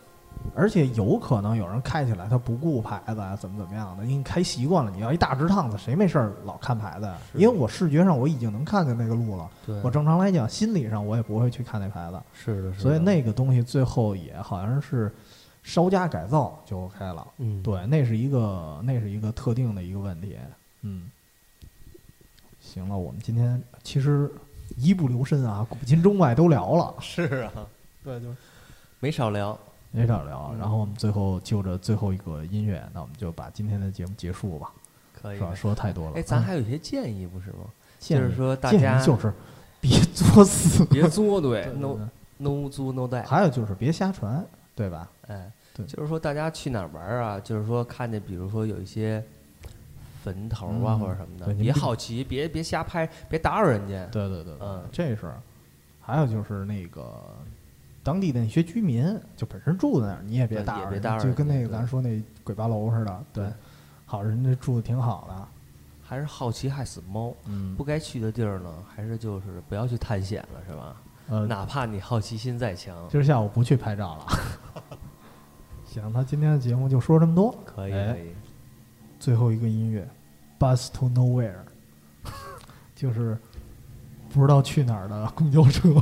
而且有可能有人开起来他不顾牌子啊，怎么怎么样的，因为你开习惯了。你要一大直趟子，谁没事儿老看牌子呀？
是
因为我视觉上我已经能看见那个路了，
对，
我正常来讲心理上我也不会去看那牌子，
是的，是的
所以那个东西最后也好像是稍加改造就 OK 了。
嗯，
对，那是一个那是一个特定的一个问题。嗯，行了，我们今天其实一不留神啊，古今中外都聊了，
是啊，
对，就是
没少聊。
没少聊。
嗯
然后我们最后就着最后一个音乐，那我们就把今天的节目结束吧，
可以
是吧？。说太多了。
哎，咱
嗯
还有一些建议不是
[laughs]
吗？就
建
是
议
说大
建
家
议就是别作死，
别作对
对对
，no
对
no 租 no 带。
还有就是别瞎传，对吧？
哎
对，
就是说大家去哪儿玩儿啊？就是说看见，比如说有一些坟头啊
嗯
或者什么的，
对您
别
别
好奇，别别瞎拍，别打扰人家。
对对对，对
嗯
这是。还有就是那个当地的那些居民，就本身住在那儿，你也别
对
打
也
扰
别
人
打
家，
扰
就
人
跟
家
那个
对
咱说那鬼八楼似的，对
对，
好人家住的挺好的，
还是好奇害死猫，
嗯
不，该去的地儿呢，还是就是不要去探险了，是吧？
呃，
哪怕你好奇心再强，
今儿下午不去拍
[laughs]
照了。行，那今天的节目就说这么多，
可以
哎
可以。
最后一个音乐《Bus to [laughs] Nowhere》，就是不知道去哪儿的公交车。